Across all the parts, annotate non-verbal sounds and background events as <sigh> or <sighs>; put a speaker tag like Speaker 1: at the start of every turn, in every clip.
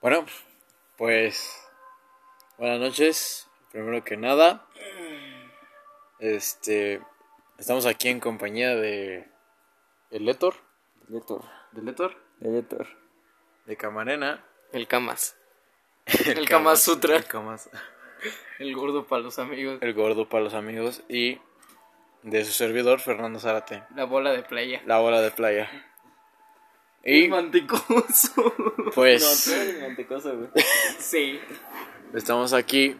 Speaker 1: Bueno, pues buenas noches, primero que nada. Este, estamos aquí en compañía de el Letor,
Speaker 2: Letor.
Speaker 1: del Letor,
Speaker 2: De Letor.
Speaker 1: de Camarena,
Speaker 3: El
Speaker 2: <laughs>
Speaker 3: Camas. El Kama Sutra.
Speaker 1: el, Kama-
Speaker 3: El gordo para los amigos.
Speaker 1: el gordo para los amigos y de su servidor Fernando Zárate,
Speaker 3: La bola de playa.
Speaker 1: la bola de playa.
Speaker 3: El
Speaker 1: Y
Speaker 3: mantecoso.
Speaker 1: pues
Speaker 2: eres mantecoso, güey.
Speaker 3: <laughs> pues, sí.
Speaker 1: estamos aquí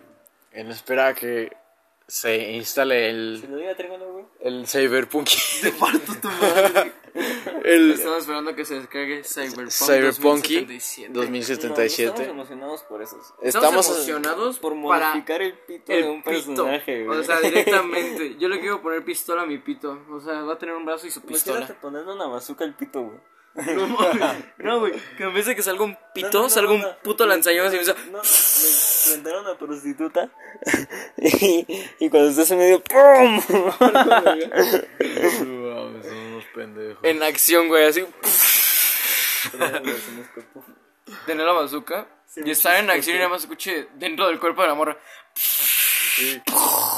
Speaker 1: en espera que se instale el
Speaker 2: lo diga, tráigalo, güey.
Speaker 1: el Cyberpunk,
Speaker 3: Te parto tu madre.
Speaker 1: <laughs> el
Speaker 3: Estamos esperando que se descargue Cyberpunk.
Speaker 1: Cyberpunk
Speaker 3: 2077.
Speaker 1: 2077.
Speaker 2: estamos emocionados por eso.
Speaker 3: Estamos, emocionados
Speaker 2: Por
Speaker 3: para
Speaker 2: modificar el pito de
Speaker 3: el
Speaker 2: un
Speaker 3: pito.
Speaker 2: personaje, güey.
Speaker 3: O sea,
Speaker 2: <laughs>
Speaker 3: directamente. Yo le quiero poner pistola a mi pito. O sea, va a tener un brazo y su
Speaker 2: Imagínate
Speaker 3: pistola.
Speaker 2: Pues, ponerle una bazooka al pito, güey.
Speaker 3: <laughs> No, mames. No, güey. Que en vez de que salga un pito,
Speaker 2: No, no, no,
Speaker 3: salga un
Speaker 2: no.
Speaker 3: puto lanzallamas y me dice.
Speaker 2: No, no, me rentaron a una prostituta. <laughs> y, y cuando estás en medio,
Speaker 3: <laughs>
Speaker 2: ¡pum!
Speaker 1: <laughs> Wow, son unos pendejos.
Speaker 3: En acción, güey. Así.
Speaker 2: Pero, güey,
Speaker 3: tener la bazooka y estar en acción y nada más escuche dentro del cuerpo de la morra.
Speaker 1: Sí.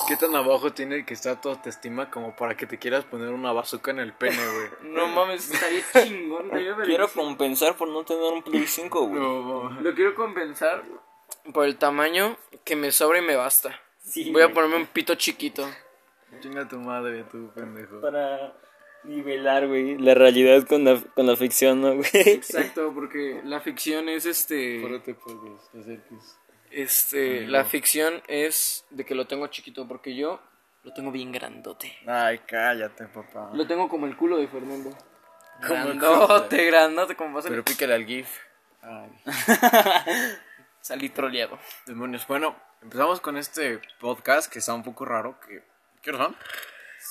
Speaker 1: ¿Qué tan abajo tiene que estar tu autoestima como para que te quieras poner una bazooka en el pene, güey? <laughs>
Speaker 3: No mames, <laughs> estaría chingón. estaría
Speaker 2: Quiero
Speaker 3: verguísima.
Speaker 2: compensar por no tener un Play 5, güey.
Speaker 3: Lo quiero compensar por el tamaño que me sobra y me basta.
Speaker 2: Sí,
Speaker 3: Voy a
Speaker 2: güey.
Speaker 3: ponerme un pito chiquito.
Speaker 1: Chinga tu madre, tu pendejo.
Speaker 2: Para nivelar, güey, la realidad con la, con la ficción, ¿no, güey?
Speaker 3: Exacto, porque la ficción es este.
Speaker 1: te puedes, te acerques.
Speaker 3: Este. La ficción es de que lo tengo chiquito, porque yo lo tengo bien grandote.
Speaker 1: Ay, cállate, papá.
Speaker 3: Lo tengo como el culo de Fernando.
Speaker 1: Como el
Speaker 3: Grandote, grandote, como va a
Speaker 1: Pero
Speaker 3: ser.
Speaker 1: pícale al GIF. Ay,
Speaker 3: Salí troleado.
Speaker 1: demonios. Bueno, empezamos con este podcast que está un poco raro. Que... ¿Qué hora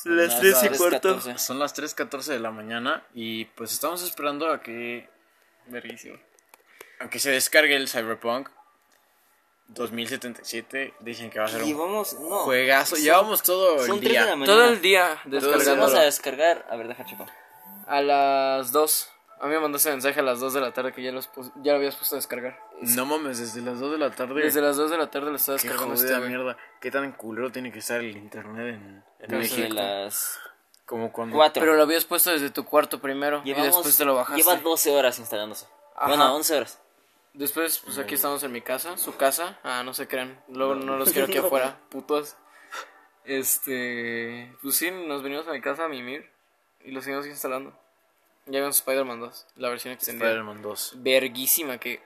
Speaker 1: son?
Speaker 2: Las tres y cuarto.
Speaker 1: Son las 3.14 de la mañana y pues estamos esperando a que
Speaker 3: Verguísimo.
Speaker 1: Aunque se descargue el Cyberpunk 2077, dicen que va a ser
Speaker 2: Y
Speaker 1: un
Speaker 2: vamos, no.
Speaker 1: juegazo. Llevamos todo
Speaker 2: Son
Speaker 1: el
Speaker 2: 3 de la
Speaker 1: día.
Speaker 2: mañana.
Speaker 3: Todo el día
Speaker 1: el día.
Speaker 2: Vamos
Speaker 3: descargándolo.
Speaker 2: a descargar. A ver, deja checo.
Speaker 3: A las 2. A mí me mandaste mensaje a las 2 de la tarde que ya, los pus- ya lo habías puesto a descargar.
Speaker 1: No mames, desde las 2 de la tarde.
Speaker 3: Desde las 2 de la tarde lo estaba
Speaker 1: Qué
Speaker 3: descargando
Speaker 1: jodida
Speaker 3: este güey.
Speaker 1: mierda. Qué tan culero tiene que estar el internet en, en
Speaker 3: Pero
Speaker 1: México.
Speaker 2: Desde las
Speaker 1: Como cuando.
Speaker 2: 4.
Speaker 3: Pero lo habías puesto desde tu cuarto primero y después te lo bajaste.
Speaker 2: Lleva 12 horas instalándose.
Speaker 3: Ajá.
Speaker 2: Bueno, 11 horas.
Speaker 3: Después, pues aquí estamos en mi casa, su casa. Ah, no se crean. Luego no, los quiero aquí afuera, putos. Este. Pues sí, nos venimos a mi casa a mimir y lo seguimos instalando. Ya vimos Spider-Man 2, la versión extendida.
Speaker 1: Spider-Man 2.
Speaker 3: Verguísima que.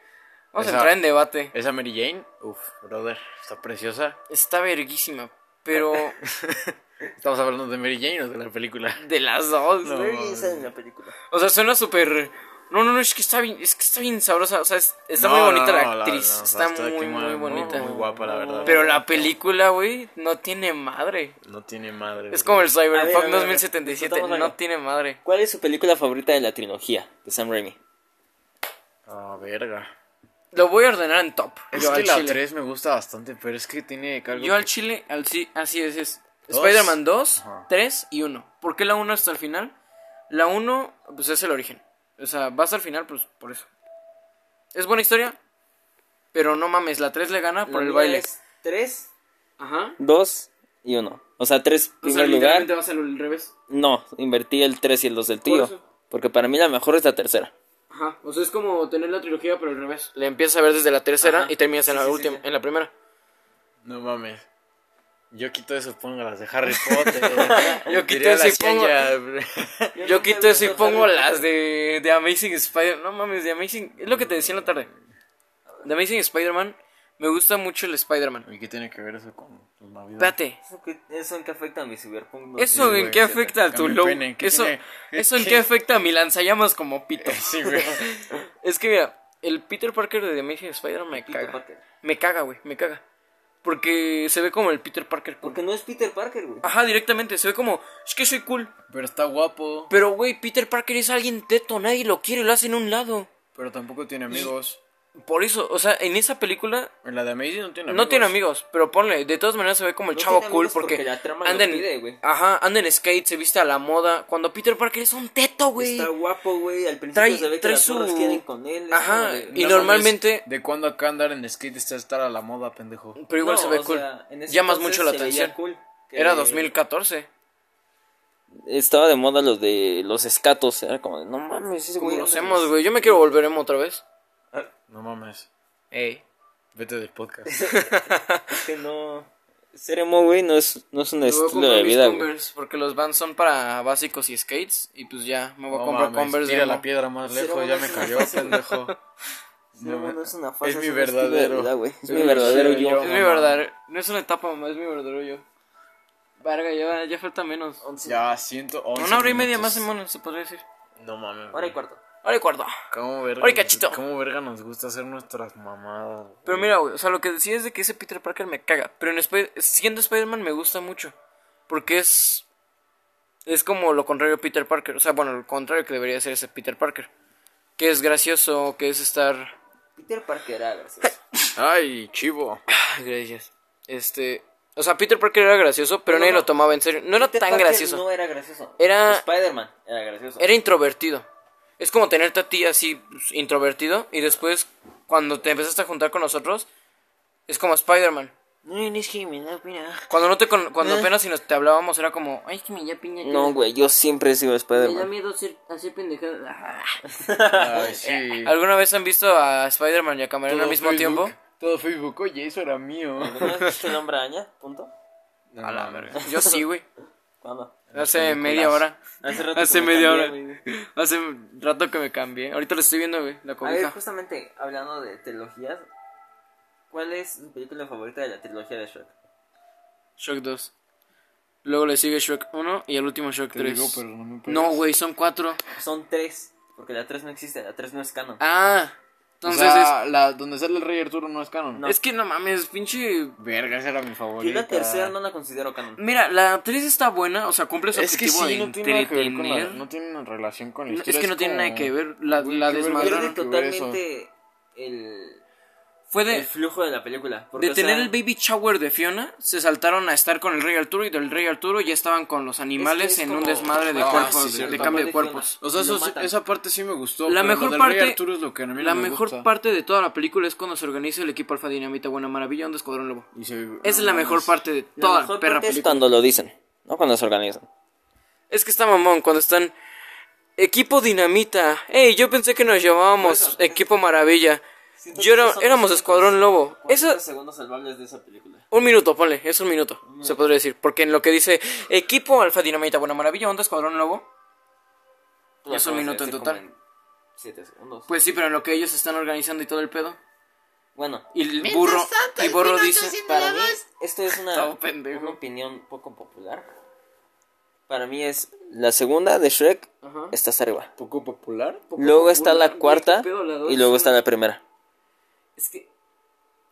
Speaker 3: Vamos
Speaker 1: Esa-
Speaker 3: a entrar en debate.
Speaker 1: Esa Mary Jane, uff, brother, está preciosa.
Speaker 3: Está verguísima, pero
Speaker 1: <laughs> Estamos hablando de Mary Jane o de la película.
Speaker 3: de las dos.
Speaker 1: No.
Speaker 3: güey.
Speaker 2: en la película.
Speaker 3: O sea, suena súper. No, no, no, es que está bien, es que está bien sabrosa. O sea, es- está
Speaker 1: No,
Speaker 3: muy
Speaker 1: no,
Speaker 3: bonita
Speaker 1: no,
Speaker 3: la actriz.
Speaker 1: no, o sea,
Speaker 3: está,
Speaker 1: aquí
Speaker 3: muy, muy, bonita.
Speaker 1: Muy guapa, la verdad.
Speaker 3: pero la película, güey, no tiene madre.
Speaker 1: No tiene madre. güey.
Speaker 3: Es como el
Speaker 2: A ver, a
Speaker 3: Cyberpunk
Speaker 2: ver, a ver.
Speaker 3: 2077.
Speaker 2: Discutamos algo.
Speaker 3: No tiene madre.
Speaker 2: ¿Cuál es su película favorita de la trilogía de Sam Raimi?
Speaker 1: Ah, verga.
Speaker 3: Lo voy a ordenar en top.
Speaker 1: Es
Speaker 3: yo
Speaker 1: que
Speaker 3: al
Speaker 1: la
Speaker 3: chile.
Speaker 1: 3 me gusta bastante, pero es que tiene algo
Speaker 3: Yo al
Speaker 1: que-
Speaker 3: chile, al sí, así es. es
Speaker 1: Dos.
Speaker 3: Spider-Man 2,
Speaker 1: Ajá.
Speaker 3: 3 y 1. ¿Por qué la 1 hasta el final? La 1, pues es el origen. O sea, va hasta el final, pues por eso. Es buena historia, pero no mames, la 3 le gana por el baile.
Speaker 2: 3,
Speaker 3: Ajá.
Speaker 2: 2 y 1. O sea, 3
Speaker 3: O sea,
Speaker 2: primer lugar.
Speaker 3: literalmente va a ser el revés.
Speaker 2: No, invertí el 3 y el 2 del
Speaker 3: Por
Speaker 2: tío.
Speaker 3: eso.
Speaker 2: Porque para mí la mejor es la tercera.
Speaker 3: Ajá. O sea, es como tener la trilogía, pero al revés. Le empiezas a ver desde la tercera
Speaker 2: Ajá.
Speaker 3: y terminas en
Speaker 2: Sí,
Speaker 3: la
Speaker 2: sí, sí,
Speaker 3: última,
Speaker 2: sí.
Speaker 3: en la primera.
Speaker 1: No mames. Yo quito eso y pongo las de
Speaker 3: <laughs>
Speaker 1: Harry Potter.
Speaker 3: Yo quito
Speaker 1: Diría
Speaker 3: eso y
Speaker 1: la
Speaker 3: pongo-
Speaker 1: Kenya.
Speaker 3: Yo quito eso y pongo las de, de Amazing Spider. No mames, de Amazing. Es lo que te decía en la tarde. De Amazing Spider-Man. Me gusta mucho el Spider-Man.
Speaker 1: <laughs> ¿Y qué tiene que ver eso con tu Navidad?
Speaker 3: Espérate.
Speaker 2: Eso en qué afecta a mi cyberpunk.
Speaker 3: ¿Eso
Speaker 1: Sí,
Speaker 3: en
Speaker 1: güey,
Speaker 3: qué
Speaker 1: se
Speaker 3: afecta
Speaker 1: te
Speaker 3: a tu
Speaker 1: cambia el
Speaker 3: low?
Speaker 1: pene, ¿en qué
Speaker 3: ¿Eso,
Speaker 1: tiene- qué-
Speaker 3: ¿Eso en
Speaker 1: qué?
Speaker 3: qué afecta a mi lanzallamas como pito?
Speaker 1: <laughs> Sí, güey.
Speaker 3: Es que mira, el Peter Parker de The Amazing Spider-Man me
Speaker 2: Peter
Speaker 3: caga.
Speaker 2: Parker.
Speaker 3: Me caga, güey, me caga. Porque se ve como el Peter Parker cool.
Speaker 2: Porque no es Peter Parker, güey.
Speaker 3: Ajá, directamente, se ve como, es que soy cool.
Speaker 1: Pero está guapo.
Speaker 3: Pero, güey, Peter Parker es alguien teto, nadie lo quiere, lo hace en un lado.
Speaker 1: Pero tampoco tiene amigos.
Speaker 3: Por eso, o sea, en esa película
Speaker 1: En la de Amazing no tiene amigos.
Speaker 3: no tiene amigos, pero ponle, de todas maneras se ve como el
Speaker 2: No
Speaker 3: chavo
Speaker 2: tiene
Speaker 3: cool
Speaker 2: amigos
Speaker 3: porque,
Speaker 2: porque la trama lo
Speaker 3: anda en-
Speaker 2: pide, güey.
Speaker 3: ajá, anda en skate, se viste a la moda. Cuando Peter Parker es un teto, güey.
Speaker 2: Está guapo, güey. Al principio
Speaker 3: Trae,
Speaker 2: se ve que
Speaker 3: trae
Speaker 2: las morras quieren
Speaker 3: su
Speaker 2: con él. es como
Speaker 3: ajá,
Speaker 2: de-
Speaker 3: y
Speaker 1: No
Speaker 3: normalmente
Speaker 1: mames, ¿De cuándo acá andar en skate está estar a la moda, pendejo?
Speaker 3: pero igual
Speaker 2: No,
Speaker 3: se ve
Speaker 2: o
Speaker 3: cool.
Speaker 2: sea, en ese
Speaker 3: Llamas
Speaker 2: entonces
Speaker 3: mucho la
Speaker 2: se veía
Speaker 3: atención.
Speaker 2: cool, que-
Speaker 3: Era 2014.
Speaker 2: Estaba de moda los de los escatos. Era como de, no pues. mames, ese
Speaker 3: Como
Speaker 2: güey.
Speaker 3: los
Speaker 2: anda-
Speaker 3: emos, güey. Yo me quiero volver emo otra vez.
Speaker 1: No mames.
Speaker 3: Ey.
Speaker 1: Vete del podcast.
Speaker 2: Es que no. Ser emo, güey, no es, no es un
Speaker 3: Me voy a
Speaker 2: estilo
Speaker 3: comprar
Speaker 2: de
Speaker 3: mis
Speaker 2: vida, güey.
Speaker 3: Converse, Porque los Vans son para básicos y skates. Y pues ya, me voy a
Speaker 1: No
Speaker 3: comprar
Speaker 1: mames,
Speaker 3: Converse. de
Speaker 1: Tira
Speaker 3: emo.
Speaker 1: la piedra más
Speaker 2: Ser
Speaker 1: lejos, ya
Speaker 2: humano
Speaker 1: me
Speaker 2: es una
Speaker 1: cayó,
Speaker 2: fase, güey. <laughs>
Speaker 1: pendejo.
Speaker 2: Ser emo no es una fase,
Speaker 1: Es mi
Speaker 2: es un estilo de
Speaker 1: verdadero.
Speaker 2: vida, güey. Es mi verdadero yo.
Speaker 3: Es
Speaker 1: mamá.
Speaker 3: mi verdadero. No es una etapa, mamá, es mi verdadero yo. Verga, ya, ya falta menos.
Speaker 1: Ya, siento.
Speaker 3: Una hora y media más, semana, se podría decir.
Speaker 1: No mames.
Speaker 2: Hora y
Speaker 1: güey.
Speaker 2: cuarto.
Speaker 3: Hora y cuarto.
Speaker 1: ¿Cómo verga,
Speaker 3: Hora y cachito.
Speaker 1: cómo verga nos gusta hacer nuestras mamadas? güey?
Speaker 3: Pero mira, güey, o sea, lo que decía es de que ese Peter Parker me caga. Pero en Spi- siendo Spider-Man me gusta mucho. Porque es. Es como lo contrario a Peter Parker. O sea, bueno, lo contrario que debería ser ese Peter Parker. Que es gracioso, que es estar. <sighs>
Speaker 2: Peter Parker era gracioso.
Speaker 1: Ay, chivo.
Speaker 3: Ay, gracias. Este. O sea, Peter Parker era gracioso, pero
Speaker 2: No,
Speaker 3: nadie
Speaker 2: no,
Speaker 3: lo tomaba en serio. No era
Speaker 2: Peter
Speaker 3: tan
Speaker 2: Parker
Speaker 3: gracioso.
Speaker 2: No era gracioso.
Speaker 3: Era-
Speaker 2: Spider-Man era gracioso.
Speaker 3: Era introvertido. Es como tenerte a ti así pues, introvertido y después cuando te empezaste a juntar con nosotros es como Spider-Man.
Speaker 2: No eres que me da pena.
Speaker 3: Cuando no te con- cuando apenas si nos te hablábamos era como, ay, es que me ya piña.
Speaker 2: No, güey, yo siempre he
Speaker 3: me
Speaker 2: sido
Speaker 3: da
Speaker 2: Spider-Man. <laughs>
Speaker 3: miedo ser, hacer pendejada.
Speaker 1: Ay, <laughs> sí.
Speaker 3: ¿Alguna vez han visto a Spider-Man y a Camarón
Speaker 1: Todo
Speaker 3: al mismo
Speaker 1: Facebook-
Speaker 3: tiempo?
Speaker 1: Todo Facebook, oye, eso era <laughs> mío.
Speaker 2: ¿Alguna vez viste el hombre araña? Punto.
Speaker 1: No, mames.
Speaker 3: Yo
Speaker 1: <laughs>
Speaker 3: sí, güey.
Speaker 2: ¿Cuándo?
Speaker 3: Hace media hora.
Speaker 2: Hace rato
Speaker 3: Hace
Speaker 2: que me
Speaker 3: media
Speaker 2: cambié,
Speaker 3: hora.
Speaker 2: güey.
Speaker 3: Hace rato que me cambié. Ahorita lo estoy viendo, güey, la
Speaker 2: A ver,
Speaker 3: cobija.
Speaker 2: justamente hablando de trilogías, ¿cuál es tu película favorita de la trilogía de Shrek?
Speaker 3: Shock 2. Luego le sigue Shock 1 y el último Shock
Speaker 1: Te digo,
Speaker 3: 3.
Speaker 1: pero pues. no me pegues.
Speaker 3: No, güey, son cuatro.
Speaker 2: Son tres, porque la tres no existe, la tres no es canon.
Speaker 3: Ah,
Speaker 1: O
Speaker 3: entonces
Speaker 1: sea, la, donde sale el Rey Arturo no es canon.
Speaker 3: es, es que no mames, pinche.
Speaker 1: Verga, esa era mi favorita.
Speaker 2: Yo la tercera no la considero canon.
Speaker 3: Mira, la actriz está buena, o sea, cumple su
Speaker 1: Es que
Speaker 3: objetivo
Speaker 1: sí,
Speaker 3: de
Speaker 1: no tiene nada que ver con la,
Speaker 3: entretener.
Speaker 1: No tiene una relación con la
Speaker 3: No,
Speaker 1: historia.
Speaker 3: es que no tiene
Speaker 1: como-
Speaker 3: nada que ver, la,
Speaker 1: Güey,
Speaker 3: la
Speaker 1: qué verga.
Speaker 2: Pierde
Speaker 3: desmadraron.
Speaker 1: Claro que hubiera eso.
Speaker 2: totalmente el,
Speaker 3: Fue de,
Speaker 2: el flujo de la película. Porque,
Speaker 3: de
Speaker 2: o
Speaker 3: tener
Speaker 2: sea,
Speaker 3: el baby shower de Fiona, se saltaron a estar con el rey Arturo y del rey Arturo ya estaban con los animales
Speaker 2: es
Speaker 3: en
Speaker 2: como-
Speaker 3: un desmadre de
Speaker 1: Ah,
Speaker 3: cuerpos,
Speaker 1: sí,
Speaker 3: de,
Speaker 1: cierto.
Speaker 3: de cambio de
Speaker 2: Cuando
Speaker 3: cuerpos.
Speaker 1: O sea,
Speaker 2: Lo
Speaker 1: eso sí-
Speaker 2: matan.
Speaker 1: esa parte sí me gustó.
Speaker 3: La
Speaker 1: pero
Speaker 3: mejor
Speaker 1: lo del
Speaker 3: parte-
Speaker 1: Rey Arturo es lo que a mí no
Speaker 3: La
Speaker 1: me
Speaker 3: mejor
Speaker 1: gusta.
Speaker 3: parte de toda la película es cuando se organiza el equipo Alfa Dinamita Buena Maravilla, un Escuadrón Lobo.
Speaker 1: Y se- no
Speaker 3: Esa es la
Speaker 1: mames.
Speaker 3: mejor parte de
Speaker 2: la
Speaker 3: toda la
Speaker 2: mejor
Speaker 3: perra
Speaker 2: parte es
Speaker 3: película.
Speaker 2: cuando lo dicen, no cuando se organizan.
Speaker 3: Es que está mamón cuando están equipo dinamita. Ey, yo pensé que nos llamábamos
Speaker 2: Por eso,
Speaker 3: equipo maravilla.
Speaker 2: Siento que
Speaker 3: Yo era,
Speaker 2: esos son
Speaker 3: éramos
Speaker 2: los
Speaker 3: escuadrón lobo.
Speaker 2: 40
Speaker 3: Eso
Speaker 2: segundos salvables de esa película.
Speaker 3: un minuto, ponle, es un minuto, se podría decir, porque en lo que dice equipo alfa dinamita, buena maravilla, onda escuadrón lobo.
Speaker 2: Tú
Speaker 3: Es un
Speaker 2: acabas de
Speaker 3: minuto en
Speaker 2: decir
Speaker 3: total.
Speaker 2: como en Siete segundos.
Speaker 3: Pues sí, pero en lo que ellos están organizando y todo el pedo.
Speaker 2: Bueno,
Speaker 3: Y el burro y burro dice,
Speaker 2: Para mí, esto es una,
Speaker 3: Todo pendejo.
Speaker 2: una opinión poco popular. Para mí es la segunda de Shrek,
Speaker 3: Ajá.
Speaker 2: estás arriba.
Speaker 1: Poco popular. poco
Speaker 2: Luego
Speaker 1: popular.
Speaker 2: está la cuarta
Speaker 3: qué pedo, la dos
Speaker 2: y luego
Speaker 3: son-
Speaker 2: está la primera.
Speaker 3: es que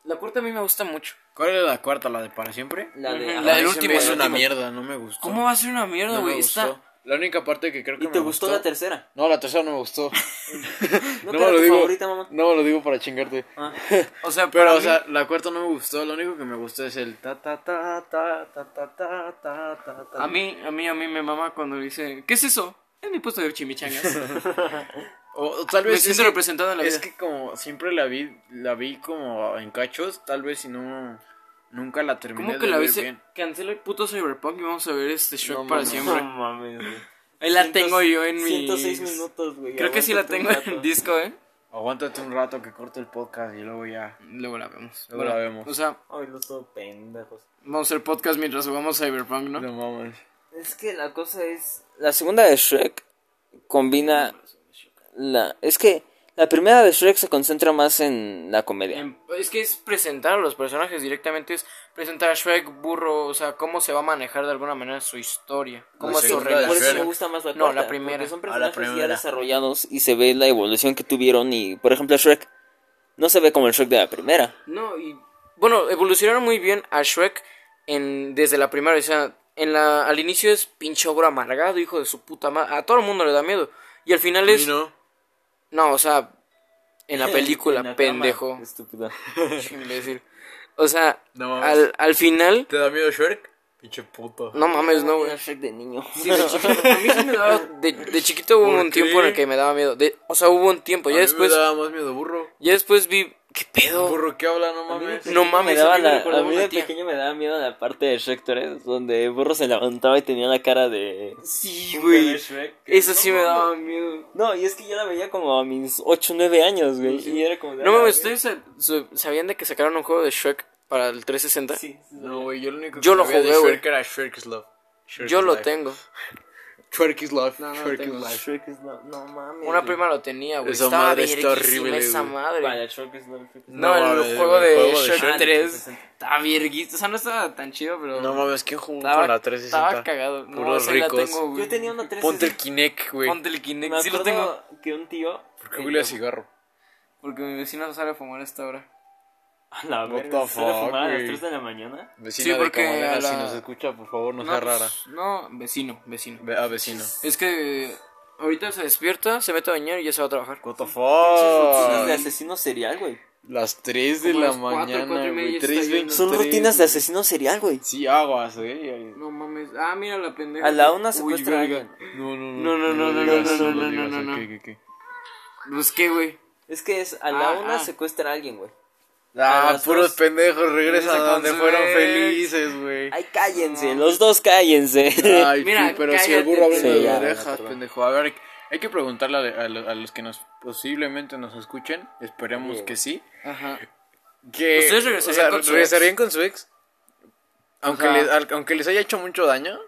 Speaker 3: la cuarta a mí me gusta mucho.
Speaker 1: ¿Cuál era la cuarta? ¿La de para siempre? Ah,
Speaker 2: La de...
Speaker 3: Ujú,
Speaker 2: ajá,
Speaker 3: la del
Speaker 1: Ese
Speaker 3: último,
Speaker 1: me-
Speaker 3: el
Speaker 1: Es una
Speaker 3: último.
Speaker 1: mierda, no me gustó.
Speaker 3: ¿Cómo va a ser una mierda,
Speaker 1: No me
Speaker 3: güey?
Speaker 1: gustó.
Speaker 3: Está
Speaker 1: La única parte que creo que
Speaker 2: ¿Y
Speaker 1: me
Speaker 2: te gustó la tercera?
Speaker 1: No, la tercera no me gustó.
Speaker 2: ¿No,
Speaker 1: <laughs> no,
Speaker 2: te
Speaker 1: me
Speaker 2: era
Speaker 1: lo
Speaker 2: tu
Speaker 1: digo,
Speaker 2: favorita, mamá?
Speaker 1: no me lo digo para chingarte.
Speaker 2: Ah,
Speaker 3: o
Speaker 1: <laughs>
Speaker 3: sea, para
Speaker 1: Pero, o
Speaker 3: mí-
Speaker 1: sea, la cuarta no me gustó. Lo único que me gustó es el ta ta ta ta ta ta ta ta ta ta.
Speaker 3: A mí, a mí, a mí me mama cuando dice, ¿qué es eso? Es mi puesto de chimichangas.
Speaker 1: O, o tal
Speaker 3: Me
Speaker 1: vez.
Speaker 3: siento
Speaker 1: es que-
Speaker 3: representado en la
Speaker 1: Es
Speaker 3: vida.
Speaker 1: que como siempre la vi, la vi como en cachos, tal vez si no, nunca la terminé
Speaker 3: ¿Cómo
Speaker 1: de
Speaker 3: que la
Speaker 1: ver
Speaker 3: viste?
Speaker 1: bien.
Speaker 3: Cancela el puto Cyberpunk y vamos a ver este Shrek
Speaker 1: No,
Speaker 3: para
Speaker 1: mames.
Speaker 3: siempre.
Speaker 2: mames, güey.
Speaker 3: Ahí la
Speaker 2: Cientos-
Speaker 3: tengo yo en mi...
Speaker 2: 106 minutos, güey.
Speaker 3: Creo que sí la tengo
Speaker 2: aguántate
Speaker 3: en
Speaker 2: un rato.
Speaker 3: disco, ¿eh?
Speaker 1: Aguántate un rato que corto el podcast y luego ya.
Speaker 3: Luego la vemos.
Speaker 1: Luego la vemos.
Speaker 3: O sea,
Speaker 2: Ay, los todo pendejos.
Speaker 3: vamos a hacer podcast mientras jugamos Cyberpunk, ¿no?
Speaker 1: No mames.
Speaker 2: Es que la cosa es... La segunda de Shrek combina... La... Es que la primera de Shrek se concentra más en la comedia.
Speaker 3: En- Em, Es que es presentar a los personajes directamente, es presentar a Shrek, burro, o sea, cómo se va a manejar de alguna manera su historia, cómo es su
Speaker 1: segunda de
Speaker 2: Por eso me
Speaker 1: Shrek.
Speaker 3: relación.
Speaker 2: gusta más la
Speaker 3: No, la
Speaker 2: cuarta, porque
Speaker 3: primera.
Speaker 2: Son
Speaker 1: A la
Speaker 2: personajes ya
Speaker 1: primera.
Speaker 2: desarrollados y se ve la evolución que tuvieron y, por ejemplo, Shrek no se ve como el Shrek de la primera.
Speaker 3: No, y bueno, evolucionaron muy bien a Shrek en, desde la primera. O sea, en la, al inicio es pinche ogro amargado, hijo de su puta madre. A todo el mundo le da miedo. Y al final es. No.
Speaker 1: no.
Speaker 3: o sea, <laughs>
Speaker 1: <laughs>
Speaker 3: En la película,
Speaker 2: En la cama,
Speaker 3: pendejo.
Speaker 2: Estúpido.
Speaker 3: <laughs> Imbécil. O sea,
Speaker 1: No mames.
Speaker 3: al, al final.
Speaker 1: ¿Te da miedo Shrek? Pinche puto.
Speaker 3: No mames, Pues no, güey.
Speaker 2: Era Shrek de niño.
Speaker 3: Sí, de chiquito. A mí sí me daba- De, de chiquito hubo
Speaker 1: ¿Por
Speaker 2: Ujú.
Speaker 3: un tiempo en el
Speaker 1: qué?
Speaker 3: que me daba miedo. De- o sea, hubo un tiempo.
Speaker 1: A
Speaker 3: Ya
Speaker 1: mí
Speaker 3: después.
Speaker 1: me daba más miedo burro.
Speaker 3: Ya después vi. ¿Qué pedo?
Speaker 1: Burro que habla, no mames.
Speaker 2: <laughs>
Speaker 3: No
Speaker 2: me
Speaker 3: mames,
Speaker 2: daba
Speaker 3: a mí me
Speaker 2: la-
Speaker 3: recordaba
Speaker 2: a mí
Speaker 3: una
Speaker 2: de
Speaker 3: tía.
Speaker 2: pequeño me daba miedo la parte de Shrek 3, donde Burro se levantaba y tenía la cara de...
Speaker 3: Sí,
Speaker 2: un bebé
Speaker 3: güey.
Speaker 2: Shrek.
Speaker 3: Eso
Speaker 2: No
Speaker 3: sí me
Speaker 2: mames.
Speaker 3: daba miedo.
Speaker 2: No, y es que yo la veía como a mis 8 9 años, güey. Y era como... de,
Speaker 3: No
Speaker 2: "Ah,
Speaker 3: mames,
Speaker 2: güey".
Speaker 3: ¿ustedes sa- su- sabían de que sacaron un juego de Shrek para el 360?
Speaker 2: Sí, sí, sí.
Speaker 1: No, güey, yo lo único que
Speaker 3: Yo lo
Speaker 1: sabía de
Speaker 3: jugué, güey.
Speaker 1: Shrek era Shrek is love. Shrek
Speaker 3: Yo
Speaker 1: is
Speaker 3: lo
Speaker 1: life.
Speaker 3: tengo.
Speaker 1: Shrek is love.
Speaker 3: No, no,
Speaker 1: Shrek
Speaker 3: tengo.
Speaker 1: is life.
Speaker 2: Shrek es no, no mames.
Speaker 3: Una
Speaker 2: güey.
Speaker 3: prima lo tenía, güey.
Speaker 1: Esa
Speaker 3: Estaba
Speaker 1: madre está
Speaker 3: verguísima
Speaker 1: horrible,
Speaker 3: esa
Speaker 1: güey.
Speaker 3: madre.
Speaker 2: Vaya, Shrek es no, Shrek es no.
Speaker 3: No,
Speaker 1: No,
Speaker 3: el,
Speaker 1: el
Speaker 3: juego de
Speaker 1: juego de
Speaker 3: Shrek
Speaker 1: Shrek.
Speaker 3: 3. Estaba virguito. O sea, no estaba tan chido, pero.
Speaker 1: No mames, ¿quién jugó
Speaker 3: estaba,
Speaker 1: con la
Speaker 3: estaba
Speaker 1: 360?
Speaker 3: cagado. No,
Speaker 1: Puros
Speaker 3: sí la
Speaker 1: ricos.
Speaker 3: tengo, güey.
Speaker 2: Yo tenía una 360.
Speaker 1: Ponte el Kinect, güey.
Speaker 3: Ponte el Kinect.
Speaker 2: Me
Speaker 3: Sí lo tengo.
Speaker 2: acuerdo que un tío...
Speaker 1: ¿Por
Speaker 3: Eh,
Speaker 1: qué huele a cigarro?
Speaker 3: Porque mi vecina sale a fumar a esta hora.
Speaker 2: A la
Speaker 1: What
Speaker 2: verga,
Speaker 1: the
Speaker 2: se la
Speaker 1: fuck,
Speaker 2: fumaba a las
Speaker 1: güey.
Speaker 2: 3 de la mañana.
Speaker 1: Vecina
Speaker 3: Sí,
Speaker 1: de
Speaker 3: porque
Speaker 1: Camonera,
Speaker 3: a la-
Speaker 1: si nos escucha, por favor, no, sea
Speaker 3: pues,
Speaker 1: rara.
Speaker 3: No, vecino, vecino.
Speaker 1: Ve a vecino.
Speaker 3: Es que ahorita se despierta, se mete a bañar y ya se va a trabajar.
Speaker 1: What the fuck?
Speaker 2: Rutinas de asesino serial, güey.
Speaker 1: Las 3 de
Speaker 3: Como
Speaker 1: la
Speaker 3: las cuatro, cuatro
Speaker 1: mañana,
Speaker 3: y media
Speaker 1: güey.
Speaker 3: está
Speaker 1: 3.23.
Speaker 3: lloviendo.
Speaker 2: Son rutinas de asesino serial, güey.
Speaker 1: Sí, aguas, eh.
Speaker 3: No mames. Ah, mira la pendeja.
Speaker 2: A la una
Speaker 3: Uy,
Speaker 2: secuestra a
Speaker 3: verga.
Speaker 2: alguien.
Speaker 1: No, no,
Speaker 3: No, no, no, no,
Speaker 1: digas,
Speaker 3: no, no,
Speaker 1: lo
Speaker 3: no,
Speaker 1: digas, ¿eh?
Speaker 3: no, no,
Speaker 1: ok,
Speaker 3: no.
Speaker 1: ok, ok.
Speaker 3: Pues qué, güey.
Speaker 2: Es que es a la
Speaker 3: Ah,
Speaker 2: una
Speaker 3: ah.
Speaker 2: secuestra a alguien, güey. A
Speaker 1: Ah,
Speaker 2: las
Speaker 1: puros
Speaker 2: dos.
Speaker 1: pendejos regresan
Speaker 3: Regresa
Speaker 1: a donde
Speaker 3: con su
Speaker 1: fueron
Speaker 3: ex.
Speaker 1: felices, güey.
Speaker 2: Ay, cállense, los dos cállense. <laughs>
Speaker 1: Ay,
Speaker 3: Mira,
Speaker 1: sí, pero si el
Speaker 3: cállate,
Speaker 1: burro habla de
Speaker 2: sí, ya,
Speaker 1: las orejas,
Speaker 2: perdón.
Speaker 1: pendejo. A ver, hay que preguntarle a, a lo- a los que nos posiblemente nos escuchen. Esperemos
Speaker 2: Sí.
Speaker 1: que sí.
Speaker 3: Ajá.
Speaker 1: Que,
Speaker 3: ¿Ustedes regresarían
Speaker 1: o sea,
Speaker 3: con su ex?
Speaker 1: regresarían con su ex? Aunque,
Speaker 3: Ajá.
Speaker 1: les, al- aunque les haya hecho mucho daño.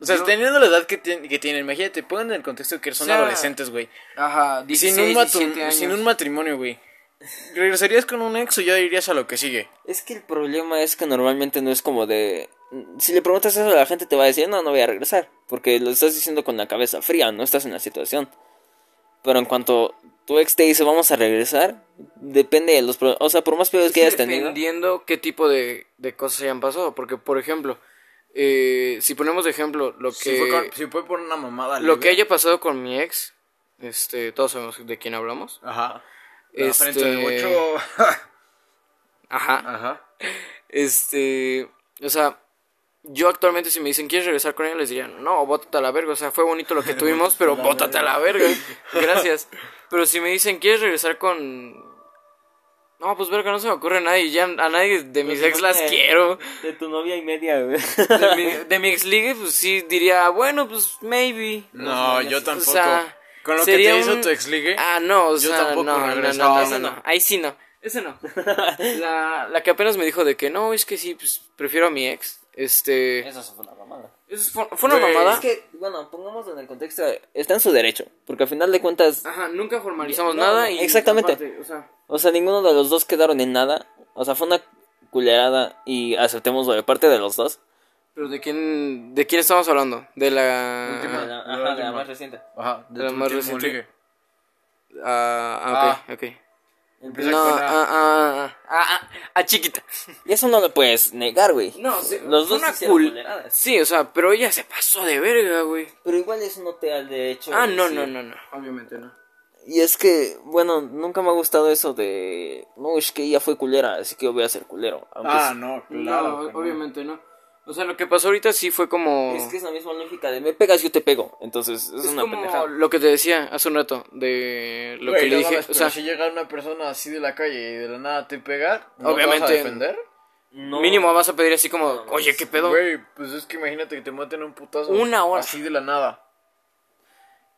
Speaker 1: O sea,
Speaker 3: Yo-
Speaker 1: teniendo la edad que, tien- que tienen, imagínate, pongan en el contexto que son
Speaker 3: O sea,
Speaker 1: adolescentes, güey.
Speaker 3: Ajá. 16,
Speaker 1: Sin, un matu-
Speaker 3: 17 años.
Speaker 1: sin un matrimonio, güey. ¿Regresarías con un ex o ya irías a lo que sigue?
Speaker 2: Es que el problema es que normalmente no es como de... mm, Si le preguntas eso a la gente te va a decir, no, no voy a regresar. Porque lo estás diciendo con la cabeza fría, no estás en la situación. Pero en cuanto tu ex te dice, vamos a regresar, depende de los... pro- O sea, por más peores que hayas tenido...
Speaker 3: Dependiendo qué tipo de, de cosas hayan pasado. Porque, por ejemplo, eh, si ponemos de ejemplo lo que,
Speaker 1: Si, fue con- si fue por una mamada.
Speaker 3: lo
Speaker 1: leve.
Speaker 3: que haya pasado con mi ex, este, todos sabemos de quién hablamos.
Speaker 1: Ajá. La
Speaker 3: Este-
Speaker 1: frente de <laughs> bocho.
Speaker 3: Ajá.
Speaker 1: Ajá.
Speaker 3: Este, o sea, yo actualmente si me dicen, ¿quieres regresar con ella? Les diría, no, bótate a la verga. O sea, fue
Speaker 1: <laughs>
Speaker 3: bonito lo que tuvimos, pero bótate a la verga. Gracias. Pero si me dicen, ¿quieres regresar con...? No, pues verga, no se me ocurre a nadie. Ya a nadie de mis
Speaker 2: Pues,
Speaker 3: ex las
Speaker 2: eh,
Speaker 3: quiero.
Speaker 2: De tu novia y media, <laughs> güey.
Speaker 3: de
Speaker 1: <laughs>
Speaker 3: mi, de mi ex ligue, pues sí diría, bueno, pues maybe.
Speaker 1: No, yo
Speaker 3: O
Speaker 1: tampoco.
Speaker 3: sea,
Speaker 1: Con lo que
Speaker 3: sería
Speaker 1: te hizo
Speaker 3: un-
Speaker 1: tu exligue.
Speaker 3: Ah, no, o
Speaker 1: Yo
Speaker 3: sea,
Speaker 1: tampoco
Speaker 3: no, no, no,
Speaker 1: regreso.
Speaker 3: no,
Speaker 1: No,
Speaker 3: ese
Speaker 1: no,
Speaker 3: no.
Speaker 1: no.
Speaker 3: Ahí sí no.
Speaker 1: <laughs>
Speaker 3: Ese no. La, la que apenas me dijo de que no, es que sí, pues prefiero a mi ex.
Speaker 2: <laughs>
Speaker 3: Este.
Speaker 2: Eso fue una mamada.
Speaker 3: eso fue, fue una
Speaker 1: Güey,
Speaker 3: mamada.
Speaker 2: Es que, bueno, pongámoslo en el contexto. de- Está en su derecho, porque al final de cuentas,
Speaker 3: Ajá, nunca formalizamos
Speaker 2: No,
Speaker 3: nada.
Speaker 2: no,
Speaker 3: y
Speaker 2: exactamente.
Speaker 3: aparte, o sea,
Speaker 2: o sea, ninguno de los dos quedaron en nada. O sea, fue una culerada y aceptémoslo de parte de los dos.
Speaker 3: pero de quién, de quién estamos hablando? De la.
Speaker 1: Última.
Speaker 2: De
Speaker 1: la
Speaker 3: Ajá.
Speaker 2: la- ajá, de la
Speaker 1: última.
Speaker 2: más reciente.
Speaker 1: Ajá.
Speaker 3: de la
Speaker 1: tu
Speaker 3: más
Speaker 1: último
Speaker 3: reciente.
Speaker 1: ligue.
Speaker 3: Ah, ok, ok.
Speaker 1: Empieza
Speaker 3: No,
Speaker 1: con
Speaker 3: ah,
Speaker 1: A.
Speaker 3: ah, ah, ah, ah, ah, chiquita.
Speaker 2: Y eso no lo puedes negar, güey.
Speaker 3: No, sí,
Speaker 2: los
Speaker 3: fue
Speaker 2: dos
Speaker 3: una
Speaker 2: hicieron
Speaker 3: cul-
Speaker 2: culeradas.
Speaker 3: Sí, o sea, pero ella se pasó de verga, güey.
Speaker 2: Pero igual eso no te da el derecho.
Speaker 3: Ah,
Speaker 2: de
Speaker 3: no,
Speaker 2: decir-
Speaker 3: no, no, no. Obviamente no.
Speaker 2: Y es que, bueno, nunca me ha gustado eso de. No, es que ella fue culera, así que yo voy a ser culero. Aunque
Speaker 1: Ah,
Speaker 2: sí-
Speaker 1: no,
Speaker 3: no,
Speaker 1: claro. que no.
Speaker 3: obviamente no. O sea, lo que pasó ahorita sí fue como.
Speaker 2: Es que es la misma lógica de me pegas, yo te pego. Entonces, es,
Speaker 3: es
Speaker 2: una
Speaker 3: como
Speaker 2: pendejada.
Speaker 3: lo que te decía hace un rato de lo
Speaker 1: Güey,
Speaker 3: que le
Speaker 1: no
Speaker 3: dije.
Speaker 1: mames,
Speaker 3: O
Speaker 1: pero
Speaker 3: sea,
Speaker 1: si llega una persona así de la calle y de la nada te pega, ¿no
Speaker 3: Obviamente.
Speaker 1: te vas a defender?
Speaker 2: No.
Speaker 3: mínimo vas a pedir así como, oye, ¿qué pedo?
Speaker 1: Güey, pues es que imagínate que te maten un putazo.
Speaker 3: Una hora.
Speaker 1: Así de la nada.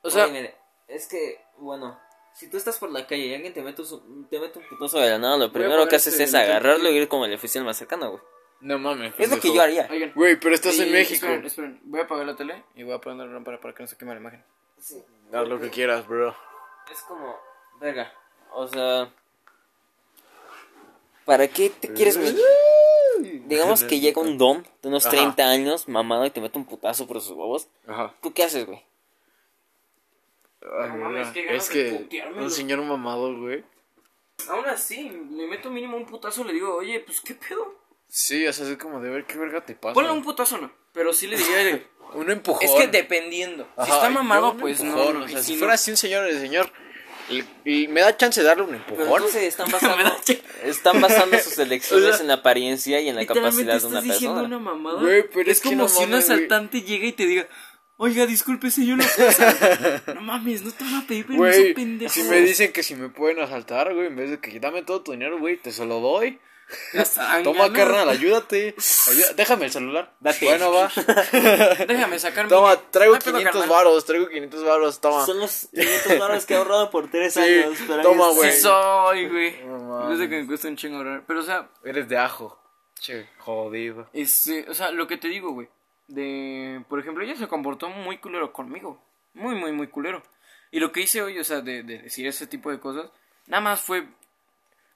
Speaker 3: O sea,
Speaker 2: Oye, mire, es que, bueno, si tú estás por la calle y alguien te mete un, te mete un putazo de la nada, lo primero
Speaker 1: poner
Speaker 2: que haces
Speaker 1: este
Speaker 2: es
Speaker 1: delante.
Speaker 2: agarrarlo y ir como el oficial más cercano, güey.
Speaker 1: No mames.
Speaker 2: Es lo que yo haría.
Speaker 3: oigan,
Speaker 1: Güey, pero estás
Speaker 3: y-
Speaker 1: en México.
Speaker 3: Esperen, esperen, voy a apagar la tele y voy a poner la lámpara para que no se queme la imagen.
Speaker 2: Sí,
Speaker 1: Haz lo que quieras, bro.
Speaker 2: es como, verga, o sea, ¿para qué te quieres meter? Digamos que llega un dom de unos
Speaker 1: Ajá.
Speaker 2: 30 años, mamado, y te mete un putazo por sus huevos.
Speaker 1: Ajá.
Speaker 2: ¿Tú qué haces, güey?
Speaker 1: Ay,
Speaker 3: mames,
Speaker 1: mira,
Speaker 3: qué ganas
Speaker 1: es
Speaker 3: de
Speaker 1: que
Speaker 3: puteármelo.
Speaker 1: un señor mamado, güey.
Speaker 3: Aún así, le meto mínimo un putazo le digo, oye, pues qué pedo.
Speaker 1: Sí, o sea, es como de ver qué verga te pasa.
Speaker 3: Ponle un putazo no, pero sí le diría.
Speaker 1: Un empujón.
Speaker 3: es que dependiendo.
Speaker 1: Ajá,
Speaker 3: si está
Speaker 1: yo
Speaker 3: mamado,
Speaker 1: un
Speaker 3: pues
Speaker 1: empujón,
Speaker 3: no.
Speaker 1: O
Speaker 3: y <laughs>
Speaker 1: sea, si
Speaker 3: no-
Speaker 1: fuera así un señor, el señor Y me da chance de darle un
Speaker 2: Pero
Speaker 1: empujón.
Speaker 2: entonces están basando,
Speaker 3: Literalmente
Speaker 2: <laughs> están basando sus elecciones
Speaker 1: <laughs> O sea,
Speaker 2: en la apariencia y en la capacidad de
Speaker 3: estás
Speaker 2: una
Speaker 3: diciendo
Speaker 2: persona.
Speaker 3: una mamada.
Speaker 1: Güey, pero
Speaker 3: es
Speaker 1: es que
Speaker 3: como
Speaker 1: no
Speaker 3: si un
Speaker 1: mames, güey.
Speaker 3: asaltante llega y te diga, oiga, disculpe señor,
Speaker 1: <laughs>
Speaker 3: la no mames, no te van a pedir permiso,
Speaker 1: Güey,
Speaker 3: pendejo.
Speaker 1: si me dicen que si me pueden asaltar, güey, en vez de que dame todo tu dinero, güey, te se lo doy.
Speaker 3: Hasta
Speaker 1: Toma,
Speaker 3: ganado.
Speaker 1: carnal,
Speaker 3: <laughs>
Speaker 1: ayúdate. Ayú- Déjame el celular.
Speaker 2: Date.
Speaker 1: Bueno, va.
Speaker 3: Déjame sacar mi-
Speaker 1: Toma, traigo
Speaker 3: Ay, perdón,
Speaker 1: 500
Speaker 3: carnal.
Speaker 1: varos, traigo 500 varos, toma.
Speaker 2: Son los 500 dólares que he ahorrado por
Speaker 1: <laughs>
Speaker 2: 3
Speaker 1: Sí,
Speaker 2: años. pero ahí
Speaker 1: toma,
Speaker 2: está.
Speaker 1: güey.
Speaker 3: Sí soy, güey.
Speaker 1: No mames.
Speaker 3: Desde que me cuesta un chingo ahorrar. Pero, o sea,
Speaker 1: Eres de ajo. Che, jodido.
Speaker 3: este, o sea, lo que te digo, güey. De, por ejemplo, ella se comportó muy culero conmigo. Muy, muy, muy culero. Y lo que hice hoy, o sea, de, de decir ese tipo de cosas, nada más fue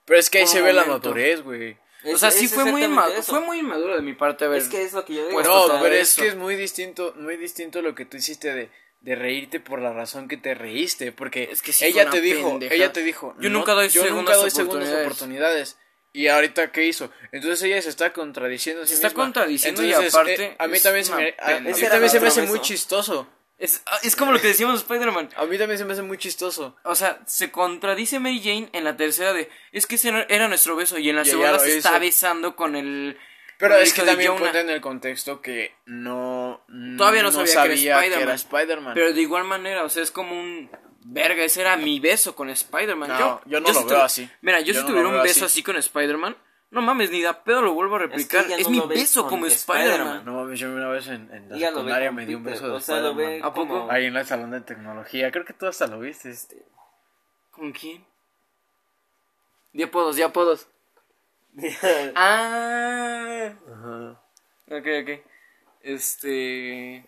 Speaker 1: Pero es que ahí
Speaker 3: Un
Speaker 1: se ve la
Speaker 3: momento.
Speaker 1: madurez, güey.
Speaker 2: Es-
Speaker 3: o sea,
Speaker 2: es
Speaker 3: sí fue muy,
Speaker 2: exactamente
Speaker 3: inmaduro,
Speaker 2: eso.
Speaker 3: fue muy inmaduro de mi parte, a ver.
Speaker 2: Es que es lo que yo digo.
Speaker 3: Pues
Speaker 2: o
Speaker 1: No,
Speaker 2: sea,
Speaker 1: pero es
Speaker 3: eso.
Speaker 1: que es muy distinto, muy distinto lo que tú hiciste de, de reírte por la razón que te reíste, porque
Speaker 3: Es que sí fue
Speaker 1: ella
Speaker 3: una
Speaker 1: te dijo,
Speaker 3: pendeja.
Speaker 1: ella te dijo,
Speaker 3: Yo nunca doy
Speaker 1: yo
Speaker 3: segundas
Speaker 1: nunca doy segundas
Speaker 3: oportunidades.
Speaker 1: oportunidades. Y ahorita qué hizo? Entonces ella se está contradiciendo. a sí
Speaker 3: Se está
Speaker 1: misma.
Speaker 3: contradiciendo y
Speaker 1: Entonces,
Speaker 3: aparte
Speaker 1: eh, a mí
Speaker 3: es
Speaker 1: también se
Speaker 3: una
Speaker 1: me, a, a mí
Speaker 2: pendeja.
Speaker 1: también se me hace
Speaker 2: Ese era
Speaker 1: muy
Speaker 2: eso.
Speaker 1: chistoso.
Speaker 3: es, ah, es como lo que decíamos de Spider-Man.
Speaker 1: A mí también se me hace muy chistoso.
Speaker 3: O sea, se contradice Mary Jane en la tercera de es que ese no- era nuestro beso y en la
Speaker 1: Y ella
Speaker 3: segunda
Speaker 1: lo
Speaker 3: se está
Speaker 1: hizo.
Speaker 3: besando con el
Speaker 1: Pero
Speaker 3: con el
Speaker 1: es
Speaker 3: hijo
Speaker 1: que
Speaker 3: de
Speaker 1: también
Speaker 3: Jonah.
Speaker 1: cuenta en el contexto que no
Speaker 3: Todavía no sabía que era
Speaker 1: que era
Speaker 3: Spider-Man.
Speaker 1: Spider-Man.
Speaker 3: Pero de igual manera, o sea, es como un verga, ese era mi beso con Spider-Man.
Speaker 1: No,
Speaker 3: yo,
Speaker 1: yo no
Speaker 3: si
Speaker 1: lo
Speaker 3: tu-
Speaker 1: veo así.
Speaker 3: Mira, yo,
Speaker 1: Yo
Speaker 3: si
Speaker 1: no lo
Speaker 3: tuviera un
Speaker 1: veo
Speaker 3: beso así,
Speaker 1: así.
Speaker 3: con Spider-Man, no mames, ni da pedo lo vuelvo a replicar. Es,
Speaker 2: ya no
Speaker 3: mi
Speaker 2: lo ves
Speaker 3: beso
Speaker 2: con
Speaker 3: como
Speaker 2: Spider-Man.
Speaker 3: Spider-man.
Speaker 1: No mames, yo una vez en, en la
Speaker 2: Ella lo ve
Speaker 1: secundaria
Speaker 2: con
Speaker 1: me dio un
Speaker 2: Peter,
Speaker 1: beso de
Speaker 2: o sea, lo ve
Speaker 1: Spider-Man.
Speaker 3: ¿A poco?
Speaker 2: como-
Speaker 1: Ahí en el salón de tecnología, creo que tú hasta lo viste. este.
Speaker 3: ¿Con quién? Ya apodos, ya apodos. Ah.
Speaker 1: Ajá.
Speaker 3: Ok, ok. Este.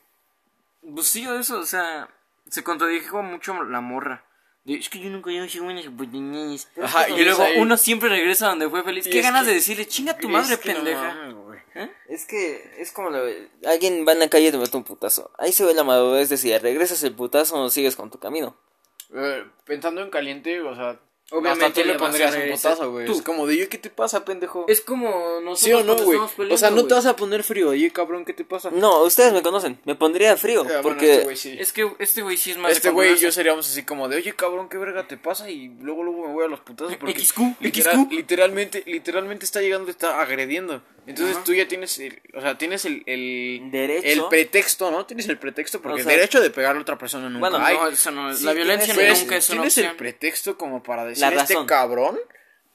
Speaker 3: Pues sí, eso, o sea. Se contradijo mucho la morra. De, es que yo nunca llevo buenas oportunidades.
Speaker 1: Ajá,
Speaker 3: Y
Speaker 1: y
Speaker 3: luego
Speaker 1: es ahí-
Speaker 3: uno siempre regresa donde fue feliz.
Speaker 1: Y
Speaker 3: Qué
Speaker 1: es
Speaker 3: ganas
Speaker 1: que-
Speaker 3: de decirle, chinga tu madre,
Speaker 1: Es que no
Speaker 3: pendeja.
Speaker 1: mames, güey.
Speaker 2: <laughs> Es que es como lo... alguien va en la calle y te mete un putazo. Ahí se ve la madurez de si regresas el putazo o sigues con tu camino.
Speaker 1: Eh, Pensando en caliente, o sea,
Speaker 3: Obviamente
Speaker 1: hasta tú
Speaker 3: le
Speaker 1: le
Speaker 3: vas a
Speaker 1: pondrías un
Speaker 3: regresar.
Speaker 1: putazo, güey.
Speaker 3: Tú.
Speaker 1: Es como de, "Oye, ¿qué te pasa, pendejo?
Speaker 3: Es como nosotros
Speaker 1: Sí o no,
Speaker 3: cuando
Speaker 1: güey.
Speaker 3: estamos
Speaker 1: O sea,
Speaker 3: peleando,
Speaker 1: no te
Speaker 3: güey.
Speaker 1: vas a poner frío. Oye, cabrón, ¿qué te pasa?
Speaker 2: No, ustedes me conocen. Me pondría frío.
Speaker 1: Eh, bueno,
Speaker 2: porque
Speaker 1: este güey sí.
Speaker 3: Es que este güey sí es más de
Speaker 1: Este güey y
Speaker 3: confianza.
Speaker 1: yo seríamos así como de, oye cabrón, ¿qué verga te pasa? Y luego, luego me voy a los putazos porque
Speaker 3: XQ, XQ.
Speaker 1: literalmente, literalmente está llegando, y está agrediendo. Entonces
Speaker 3: Ajá.
Speaker 1: tú ya tienes, el- o sea, tienes el, el,
Speaker 2: Derecho.
Speaker 1: el pretexto, ¿no? Tienes el pretexto porque
Speaker 2: O sea,
Speaker 1: el derecho de pegarle a otra persona nunca
Speaker 2: bueno,
Speaker 1: hay.
Speaker 3: No, eso no es-
Speaker 2: Sí,
Speaker 3: la violencia
Speaker 1: Pero
Speaker 2: tienes-
Speaker 3: nunca es una
Speaker 1: tienes
Speaker 3: opción.
Speaker 1: el pretexto como para decir,
Speaker 2: La
Speaker 1: este
Speaker 2: razón.
Speaker 1: cabrón,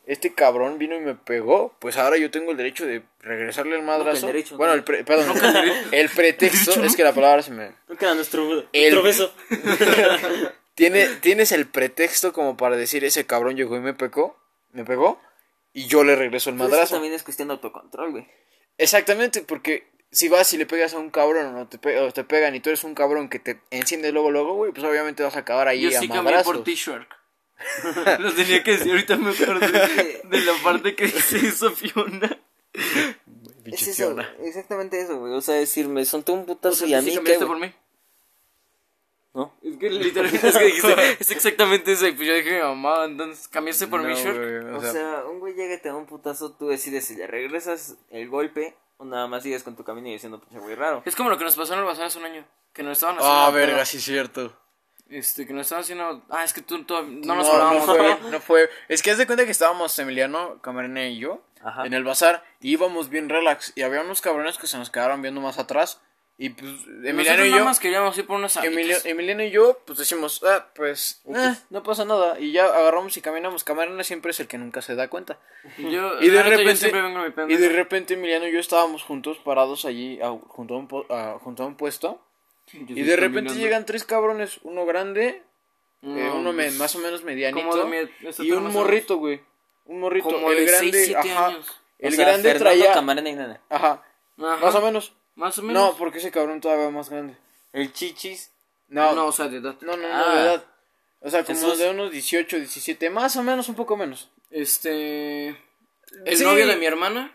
Speaker 1: este cabrón vino y me pegó, pues ahora yo tengo el derecho de regresarle el madrazo.
Speaker 2: derecho,
Speaker 1: bueno,
Speaker 2: no.
Speaker 1: el, pre- perdón, <laughs> el pretexto,
Speaker 3: <laughs>
Speaker 1: es que la palabra se me...
Speaker 2: No queda nuestro,
Speaker 1: El-
Speaker 2: nuestro beso.
Speaker 1: Tiene, tienes el pretexto como para decir ese cabrón llegó y me pecó, me pegó, y yo le regreso el
Speaker 2: Pero eso
Speaker 1: <laughs> madrazo.
Speaker 2: también es cuestión de autocontrol, güey.
Speaker 1: Exactamente, porque si vas y le pegas a un cabrón o te, pe- o te pegan y tú eres un cabrón que te enciende luego, luego, güey, pues obviamente vas a acabar ahí
Speaker 3: Yo
Speaker 1: a
Speaker 3: sí cambié
Speaker 1: madrazos. <laughs>
Speaker 3: por T-shirt. Lo tenía que decir, ahorita me acuerdo de, de
Speaker 1: <laughs>
Speaker 3: la parte que dice eso Fiona.
Speaker 2: Es
Speaker 1: Pinche
Speaker 2: eso,
Speaker 1: Fiona.
Speaker 2: exactamente eso, güey. O sea, decirme, solté un
Speaker 3: O
Speaker 2: putazo
Speaker 3: sea,
Speaker 2: y a
Speaker 3: sí
Speaker 2: mí qué,
Speaker 3: cambiaste
Speaker 2: güey?
Speaker 3: por mí.
Speaker 2: ¿No?
Speaker 3: Es que literalmente <laughs> es
Speaker 1: <laughs>
Speaker 3: que dijiste, es exactamente eso. Y pues yo dije, mamá, entonces cambiaste por mi
Speaker 1: No,
Speaker 3: shirt.
Speaker 1: güey,
Speaker 2: O, sea, un güey llega y te da un putazo, tú decides si le regresas el golpe o nada más sigues con tu camino y diciendo, pues, güey, raro.
Speaker 3: Es como lo que nos pasó en el bazar hace un año. Que nos estaban haciendo.
Speaker 1: Ah,
Speaker 3: una peda.
Speaker 1: verga, sí es cierto.
Speaker 3: Este, que nos estaban haciendo. Ah, es que tú todavía no
Speaker 1: No,
Speaker 3: nos
Speaker 1: no,
Speaker 3: hablábamos. <laughs>
Speaker 1: fue, no fue. Es que haz de cuenta que estábamos Emiliano, Camarena y yo
Speaker 2: Ajá.
Speaker 1: en el bazar y íbamos bien relax y había unos cabrones que se nos quedaron viendo más atrás y pues Emiliano
Speaker 3: Nosotros
Speaker 1: y
Speaker 3: nada
Speaker 1: yo
Speaker 3: más queríamos ir por unas
Speaker 1: Emilio-
Speaker 3: alitas.
Speaker 1: Emiliano y yo, pues decimos, ah, pues, eh, no pasa nada. Y ya agarramos y caminamos. Camarena siempre es el que nunca se da cuenta.
Speaker 3: Yo,
Speaker 1: Y de
Speaker 3: Pues, la neta, yo
Speaker 1: repente,
Speaker 3: siempre vengo a mi peda.
Speaker 1: y de repente Emiliano y yo estábamos juntos, parados allí, a- junto, a un po- a- junto a un puesto.
Speaker 3: Yo
Speaker 1: Y
Speaker 3: estoy
Speaker 1: de repente
Speaker 3: caminando.
Speaker 1: llegan tres cabrones, uno grande,
Speaker 3: No,
Speaker 1: eh, uno me-
Speaker 3: pues,
Speaker 1: más o menos medianito,
Speaker 3: como de mi
Speaker 1: y
Speaker 3: estatura
Speaker 1: un
Speaker 3: más o
Speaker 1: morrito, güey. Un morrito,
Speaker 3: Como
Speaker 1: el
Speaker 3: de
Speaker 1: grande,
Speaker 3: seis, siete
Speaker 1: ajá,
Speaker 3: años.
Speaker 1: El
Speaker 2: O sea,
Speaker 1: grande
Speaker 2: Fernando
Speaker 1: traía,
Speaker 2: Camarena y nada.
Speaker 1: ajá,
Speaker 3: menos.
Speaker 1: más
Speaker 3: Ajá,
Speaker 1: o menos.
Speaker 3: Más o menos.
Speaker 1: No, porque ese cabrón todavía más grande.
Speaker 2: El chichis.
Speaker 1: No,
Speaker 3: No, o sea, de edad.
Speaker 1: No, no, no,
Speaker 2: Ah.
Speaker 1: de edad. O sea, como
Speaker 2: Jesús.
Speaker 1: de unos 18, 17, más o menos, un poco menos.
Speaker 3: Este. El
Speaker 1: Sí.
Speaker 3: novio de mi hermana,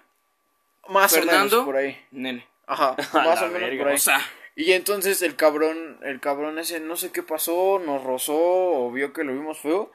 Speaker 1: Más
Speaker 3: Fernando.
Speaker 1: o menos por ahí.
Speaker 3: Nene. <laughs>
Speaker 1: Ajá,
Speaker 2: A
Speaker 1: más
Speaker 2: la
Speaker 1: o menos
Speaker 2: verga,
Speaker 1: por ahí.
Speaker 3: O sea,
Speaker 1: Y entonces el cabrón, el cabrón ese no sé qué pasó, nos rozó o vio que lo vimos feo.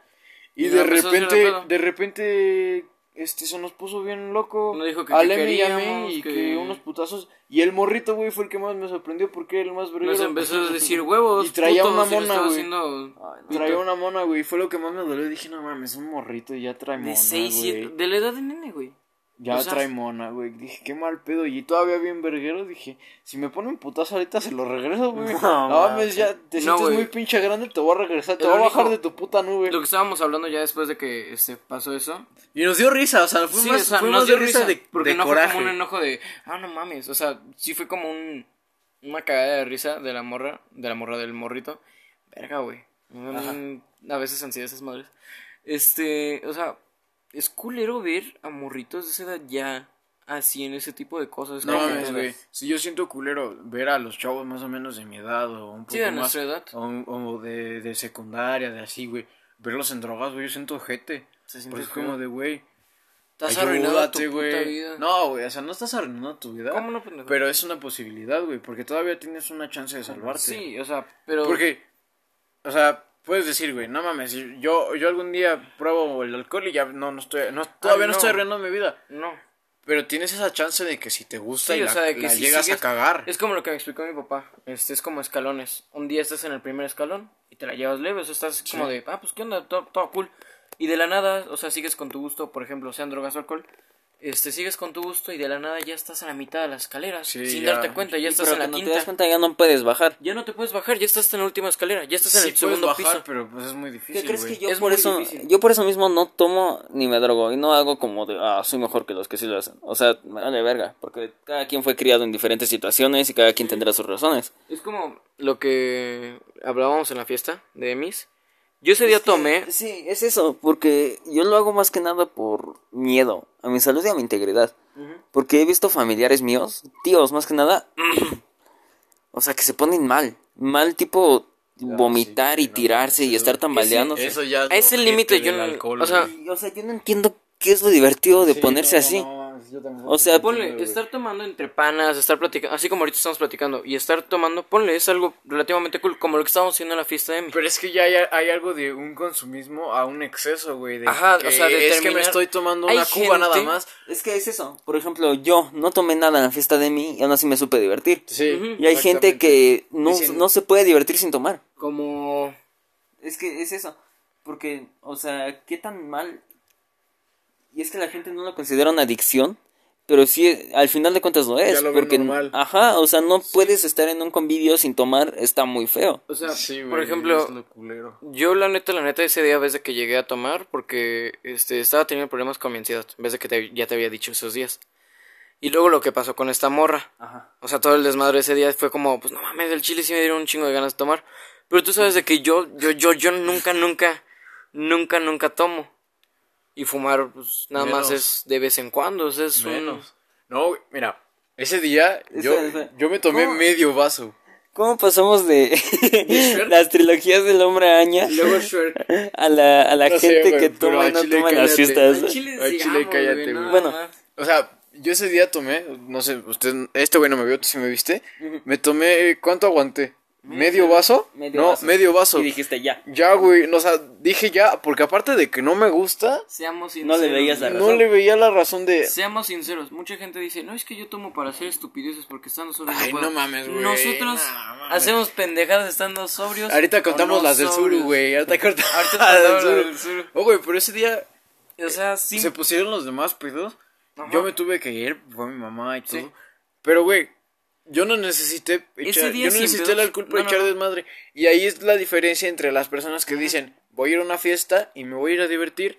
Speaker 1: Y,
Speaker 3: Y
Speaker 1: de
Speaker 3: empezó a hacer el
Speaker 1: repente,
Speaker 3: pedo.
Speaker 1: de repente este, se nos puso bien loco.
Speaker 3: No dijo que
Speaker 1: Ale
Speaker 3: qué
Speaker 1: me
Speaker 3: queríamos,
Speaker 1: llamé y que...
Speaker 3: que-
Speaker 1: unos putazos. Y el morrito, güey, fue el que más me sorprendió porque era el más
Speaker 3: Nos
Speaker 1: verguero.
Speaker 3: empezó a
Speaker 1: <laughs>
Speaker 3: decir huevos.
Speaker 1: Y traía una
Speaker 3: putos, y lo
Speaker 1: mona,
Speaker 3: estaba
Speaker 1: güey.
Speaker 3: haciendo-
Speaker 1: Traía una mona, güey, fue lo que más me dolió. Dije, no mames, un morrito y ya trae mona,
Speaker 3: De 6,
Speaker 1: güey.
Speaker 3: 7. De la edad de nene, güey.
Speaker 1: Ya
Speaker 3: O sea,
Speaker 1: trae mona, güey. Dije, qué mal pedo. Y todavía bien verguero. Dije, si me ponen putazo ahorita, se lo regreso, güey.
Speaker 2: No,
Speaker 1: No,
Speaker 2: mames.
Speaker 1: mames, ya te
Speaker 3: No,
Speaker 1: sientes
Speaker 3: güey.
Speaker 1: muy pinche grande. Te voy a regresar, te
Speaker 3: El
Speaker 1: voy a
Speaker 3: único-
Speaker 1: bajar de tu puta nube.
Speaker 3: Lo que estábamos hablando ya después de que este, pasó eso.
Speaker 4: Y nos dio risa, o sea, fue
Speaker 3: Sí,
Speaker 4: más,
Speaker 3: o sea,
Speaker 4: fue
Speaker 3: nos
Speaker 4: más
Speaker 3: dio
Speaker 4: de risa de,
Speaker 3: porque
Speaker 4: de
Speaker 3: no
Speaker 4: coraje.
Speaker 3: fue como un enojo de, ah, no mames, o sea, sí fue como un, una cagada de risa de la morra, de la morra del morrito. Verga, güey. Mm, a veces ansiedad esas madres. Este, o sea, es culero ver a morritos de esa edad ya así en ese tipo de cosas.
Speaker 1: No
Speaker 3: como-
Speaker 1: mames, güey. Si yo siento culero ver a los chavos más o menos de mi edad o un poco
Speaker 3: Sí, de
Speaker 1: más.
Speaker 3: nuestra edad.
Speaker 1: O, o de, de secundaria, de así, güey. Verlos en drogas, güey, yo siento ojete.
Speaker 3: Se
Speaker 1: Pues
Speaker 3: siente
Speaker 1: es como
Speaker 3: feo.
Speaker 1: de, güey.
Speaker 3: Estás arruinado tu
Speaker 1: Ayúdate,
Speaker 3: puta
Speaker 1: güey.
Speaker 3: vida.
Speaker 1: No, güey, o sea, no estás arruinando tu vida.
Speaker 3: ¿Cómo no, pendejo?
Speaker 1: Pero es una posibilidad, güey, porque todavía tienes una chance de salvarte.
Speaker 3: Sí, o sea, pero...
Speaker 1: Porque, o sea, puedes decir, güey, no mames, yo, yo algún día pruebo el alcohol y ya no, no estoy, no, todavía no.
Speaker 3: no.
Speaker 1: estoy arruinando mi vida.
Speaker 3: No.
Speaker 1: Pero tienes esa chance de que si te gusta
Speaker 3: Sí,
Speaker 1: y
Speaker 3: o
Speaker 1: la,
Speaker 3: sea, de que
Speaker 1: la
Speaker 3: si
Speaker 1: llegas
Speaker 3: sigues-
Speaker 1: a cagar.
Speaker 3: Es como lo que me explicó mi papá. Este es como escalones. Un día estás en el primer escalón y te la llevas leve. O sea, estás como de, ah, pues qué onda, todo, todo cool. Y de la nada, o sea, sigues con tu gusto, por ejemplo, sean drogas o alcohol. Este, sigues con tu gusto y de la nada ya estás a la mitad de la escalera.
Speaker 1: Sí,
Speaker 3: sin
Speaker 1: ya.
Speaker 3: darte cuenta, ya
Speaker 2: Y
Speaker 3: estás
Speaker 2: pero
Speaker 3: en la
Speaker 2: cuando te das
Speaker 3: quinta.
Speaker 2: cuenta ya no puedes bajar.
Speaker 3: Ya no te puedes bajar, ya estás en la última escalera. Ya estás en
Speaker 1: Sí
Speaker 3: el
Speaker 1: puedes
Speaker 3: segundo
Speaker 1: bajar,
Speaker 3: piso.
Speaker 1: pero pues es muy difícil,
Speaker 2: ¿Qué crees que
Speaker 1: güey.
Speaker 2: yo
Speaker 3: Es
Speaker 2: por
Speaker 3: muy
Speaker 2: eso
Speaker 3: difícil.
Speaker 2: yo por eso mismo no tomo ni me drogo y no hago como de ah soy mejor que los que sí lo hacen. O sea, me vale verga, porque cada quien fue criado en diferentes situaciones y cada quien tendrá sus razones.
Speaker 3: Es como lo que hablábamos en la fiesta de Emis. Yo ese día tomé.
Speaker 2: Sí, es eso, porque yo lo hago más que nada por miedo a mi salud y a mi integridad. Porque he visto familiares míos, tíos más que nada, <clears throat> o sea, que se ponen mal, mal tipo vomitar y tirarse y estar tambaleándose.
Speaker 4: Eso ya
Speaker 3: Es el límite, yo no- o sea,
Speaker 4: güey.
Speaker 2: Y, o sea, yo no entiendo qué es lo divertido de ponerse así. O sea,
Speaker 3: Ponle, estar tomando entre panas, estar platicando, así como ahorita estamos platicando, y estar tomando, ponle, es algo relativamente cool, como lo que estábamos haciendo en la fiesta de mi.
Speaker 1: Pero es que ya hay, hay algo de un consumismo a un exceso, güey. de
Speaker 3: Ajá,
Speaker 1: que
Speaker 3: o sea, de
Speaker 1: es que me
Speaker 3: terminar-
Speaker 1: estoy tomando
Speaker 3: Hay
Speaker 1: una cuba nada
Speaker 3: gente-
Speaker 1: más.
Speaker 2: es que es eso. Por ejemplo, yo no tomé nada en la fiesta de mí y aún así me supe divertir.
Speaker 1: Sí,
Speaker 2: Y hay gente que no,
Speaker 1: Dicen-
Speaker 2: no se puede divertir sin tomar.
Speaker 3: Como.
Speaker 2: Es que es eso. Porque, o sea, qué tan mal. Y es que la gente no lo considera una adicción. Pero sí, al final de cuentas lo es.
Speaker 1: Ya lo ven
Speaker 2: porque,
Speaker 1: normal.
Speaker 2: ajá, o sea, no puedes estar en un convivio sin tomar, está muy feo.
Speaker 3: O sea,
Speaker 1: Sí, güey,
Speaker 3: por ejemplo,
Speaker 1: es lo culero.
Speaker 3: yo la neta, la neta, ese día, ves de que llegué a tomar, porque este, estaba teniendo problemas con mi ansiedad, ves de que te- ya te había dicho esos días. Y luego lo que pasó con esta morra.
Speaker 2: Ajá.
Speaker 3: O sea, todo el desmadre ese día fue como, pues no mames, del chile sí me dieron un chingo de ganas de tomar. Pero tú sabes de que yo, yo, yo, yo nunca, nunca, nunca, nunca tomo. Y fumar, pues nada más
Speaker 1: Menos.
Speaker 3: es de vez en cuando, o sea, es un-
Speaker 1: Menos. No, güey, mira, ese día yo,
Speaker 2: Espera, espera.
Speaker 1: yo me tomé
Speaker 2: ¿Cómo?
Speaker 1: medio vaso.
Speaker 2: ¿Cómo pasamos de <laughs> las trilogías del hombre araña
Speaker 1: Luego Shrek.
Speaker 2: a la, a la
Speaker 1: No sé,
Speaker 2: gente
Speaker 1: güey,
Speaker 2: que
Speaker 1: pero
Speaker 2: toma y
Speaker 1: al
Speaker 2: no
Speaker 1: chile
Speaker 2: toma en las
Speaker 1: cállate.
Speaker 2: fiestas?
Speaker 1: Al chile, Al sí, chile, amo, cállate, güey, güey. nada
Speaker 2: Bueno.
Speaker 1: O sea, yo ese día tomé, no sé, usted, este güey no me vio, tú sí me viste. Me tomé, ¿cuánto aguanté? ¿Medio vaso?
Speaker 2: Medio
Speaker 1: no,
Speaker 2: vaso.
Speaker 1: medio vaso.
Speaker 2: Y dijiste ya.
Speaker 1: Ya, güey, no, o sea, dije ya, porque aparte de que no me gusta,
Speaker 3: Seamos
Speaker 2: No
Speaker 3: sinceros.
Speaker 2: le veías la
Speaker 1: no
Speaker 2: razón.
Speaker 1: le veía la razón de...
Speaker 3: Seamos sinceros, mucha gente dice, no es que yo tomo para hacer estupideces porque estando sobrios.
Speaker 1: Ay,
Speaker 3: puedo".
Speaker 1: no mames, güey.
Speaker 3: Nosotros
Speaker 1: No mames.
Speaker 3: hacemos pendejadas estando sobrios.
Speaker 1: Ahorita
Speaker 3: o
Speaker 1: contamos
Speaker 3: Oh, no
Speaker 1: las del sur,
Speaker 3: sobrios.
Speaker 1: güey. Ahorita contamos <laughs>
Speaker 3: Ahorita
Speaker 1: las
Speaker 3: contamos las
Speaker 1: del
Speaker 3: del
Speaker 1: sur.
Speaker 3: Zuru.
Speaker 1: Oh, güey, pero ese día
Speaker 3: O sea, sí.
Speaker 1: se pusieron los demás pedos.
Speaker 3: Ajá.
Speaker 1: Yo me tuve que ir, fue mi mamá y todo.
Speaker 3: Sí.
Speaker 1: Pero, güey, yo no necesité
Speaker 3: Ese
Speaker 1: echar, yo
Speaker 3: día
Speaker 1: no
Speaker 3: sin
Speaker 1: necesité
Speaker 3: pedos.
Speaker 1: el alcohol para
Speaker 3: No, no,
Speaker 1: echar
Speaker 3: no.
Speaker 1: desmadre. Y ahí es la diferencia entre las personas que dicen, voy a ir a una fiesta y me voy a ir a divertir.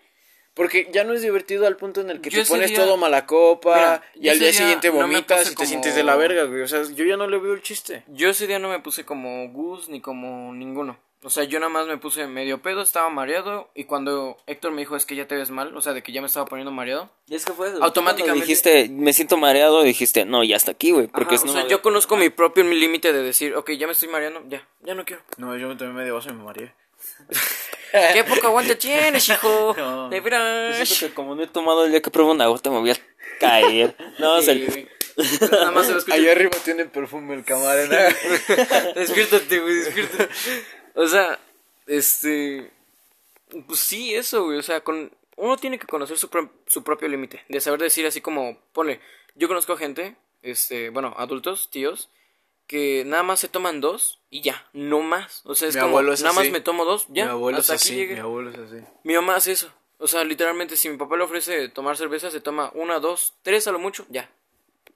Speaker 1: Porque ya no es divertido al punto en el que
Speaker 3: Yo
Speaker 1: te
Speaker 3: ese
Speaker 1: pones
Speaker 3: día-
Speaker 1: todo mala copa
Speaker 3: Mira,
Speaker 1: y
Speaker 3: yo
Speaker 1: al
Speaker 3: ese
Speaker 1: día
Speaker 3: día
Speaker 1: siguiente
Speaker 3: no me
Speaker 1: vomitas
Speaker 3: puse
Speaker 1: y te
Speaker 3: como-
Speaker 1: sientes de la verga, güey. O sea, yo ya no le veo el chiste.
Speaker 3: Yo ese día no me puse como Gus ni como ninguno. O sea, yo nada más me puse medio pedo, estaba mareado. Y cuando Héctor me dijo es que ya te ves mal, o sea, de que ya me estaba poniendo mareado.
Speaker 2: Y es que fue eso.
Speaker 3: Automáticamente-
Speaker 2: Cuando dijiste, me siento mareado, dijiste, no, ya hasta aquí, güey.
Speaker 3: Ajá,
Speaker 2: Porque es Ah.
Speaker 3: o
Speaker 2: no
Speaker 3: sea,
Speaker 2: va a
Speaker 3: yo
Speaker 2: haber-
Speaker 3: conozco mi propio límite de decir, ok, ya me estoy mareando, ya, ya no
Speaker 2: <laughs>
Speaker 3: quiero.
Speaker 1: No, yo me tomé medio vaso y me mareé.
Speaker 3: ¿Qué poco aguante tienes,
Speaker 2: <laughs>
Speaker 3: hijo?
Speaker 1: No.
Speaker 3: De
Speaker 2: Yo
Speaker 3: veras.
Speaker 2: siento que como no he tomado el día que pruebo una gota, me voy a
Speaker 1: <laughs>
Speaker 2: caer. No, o sea,
Speaker 3: Sí, güey. Nada más se lo escucho.
Speaker 1: Allá arriba tiene perfume el camarada.
Speaker 3: <laughs> Despiértate, güey, despiértate. O sea, este. Pues sí, eso, güey. O sea, con uno tiene que conocer su, pro- su propio límite, de saber decir así como, ponle, yo conozco gente, este, bueno, adultos, tíos, que nada más se toman dos y ya, no más. O sea, es
Speaker 1: Mi
Speaker 3: como,
Speaker 1: abuelo <laughs> es
Speaker 3: nada
Speaker 1: así.
Speaker 3: más me tomo dos, ya,
Speaker 1: mi abuelo
Speaker 3: hasta
Speaker 1: es
Speaker 3: aquí
Speaker 1: así,
Speaker 3: llegué.
Speaker 1: mi abuelo es así.
Speaker 3: Mi mamá hace eso. O sea, literalmente, si mi papá le ofrece tomar cerveza, se toma una, dos, tres a lo mucho, ya.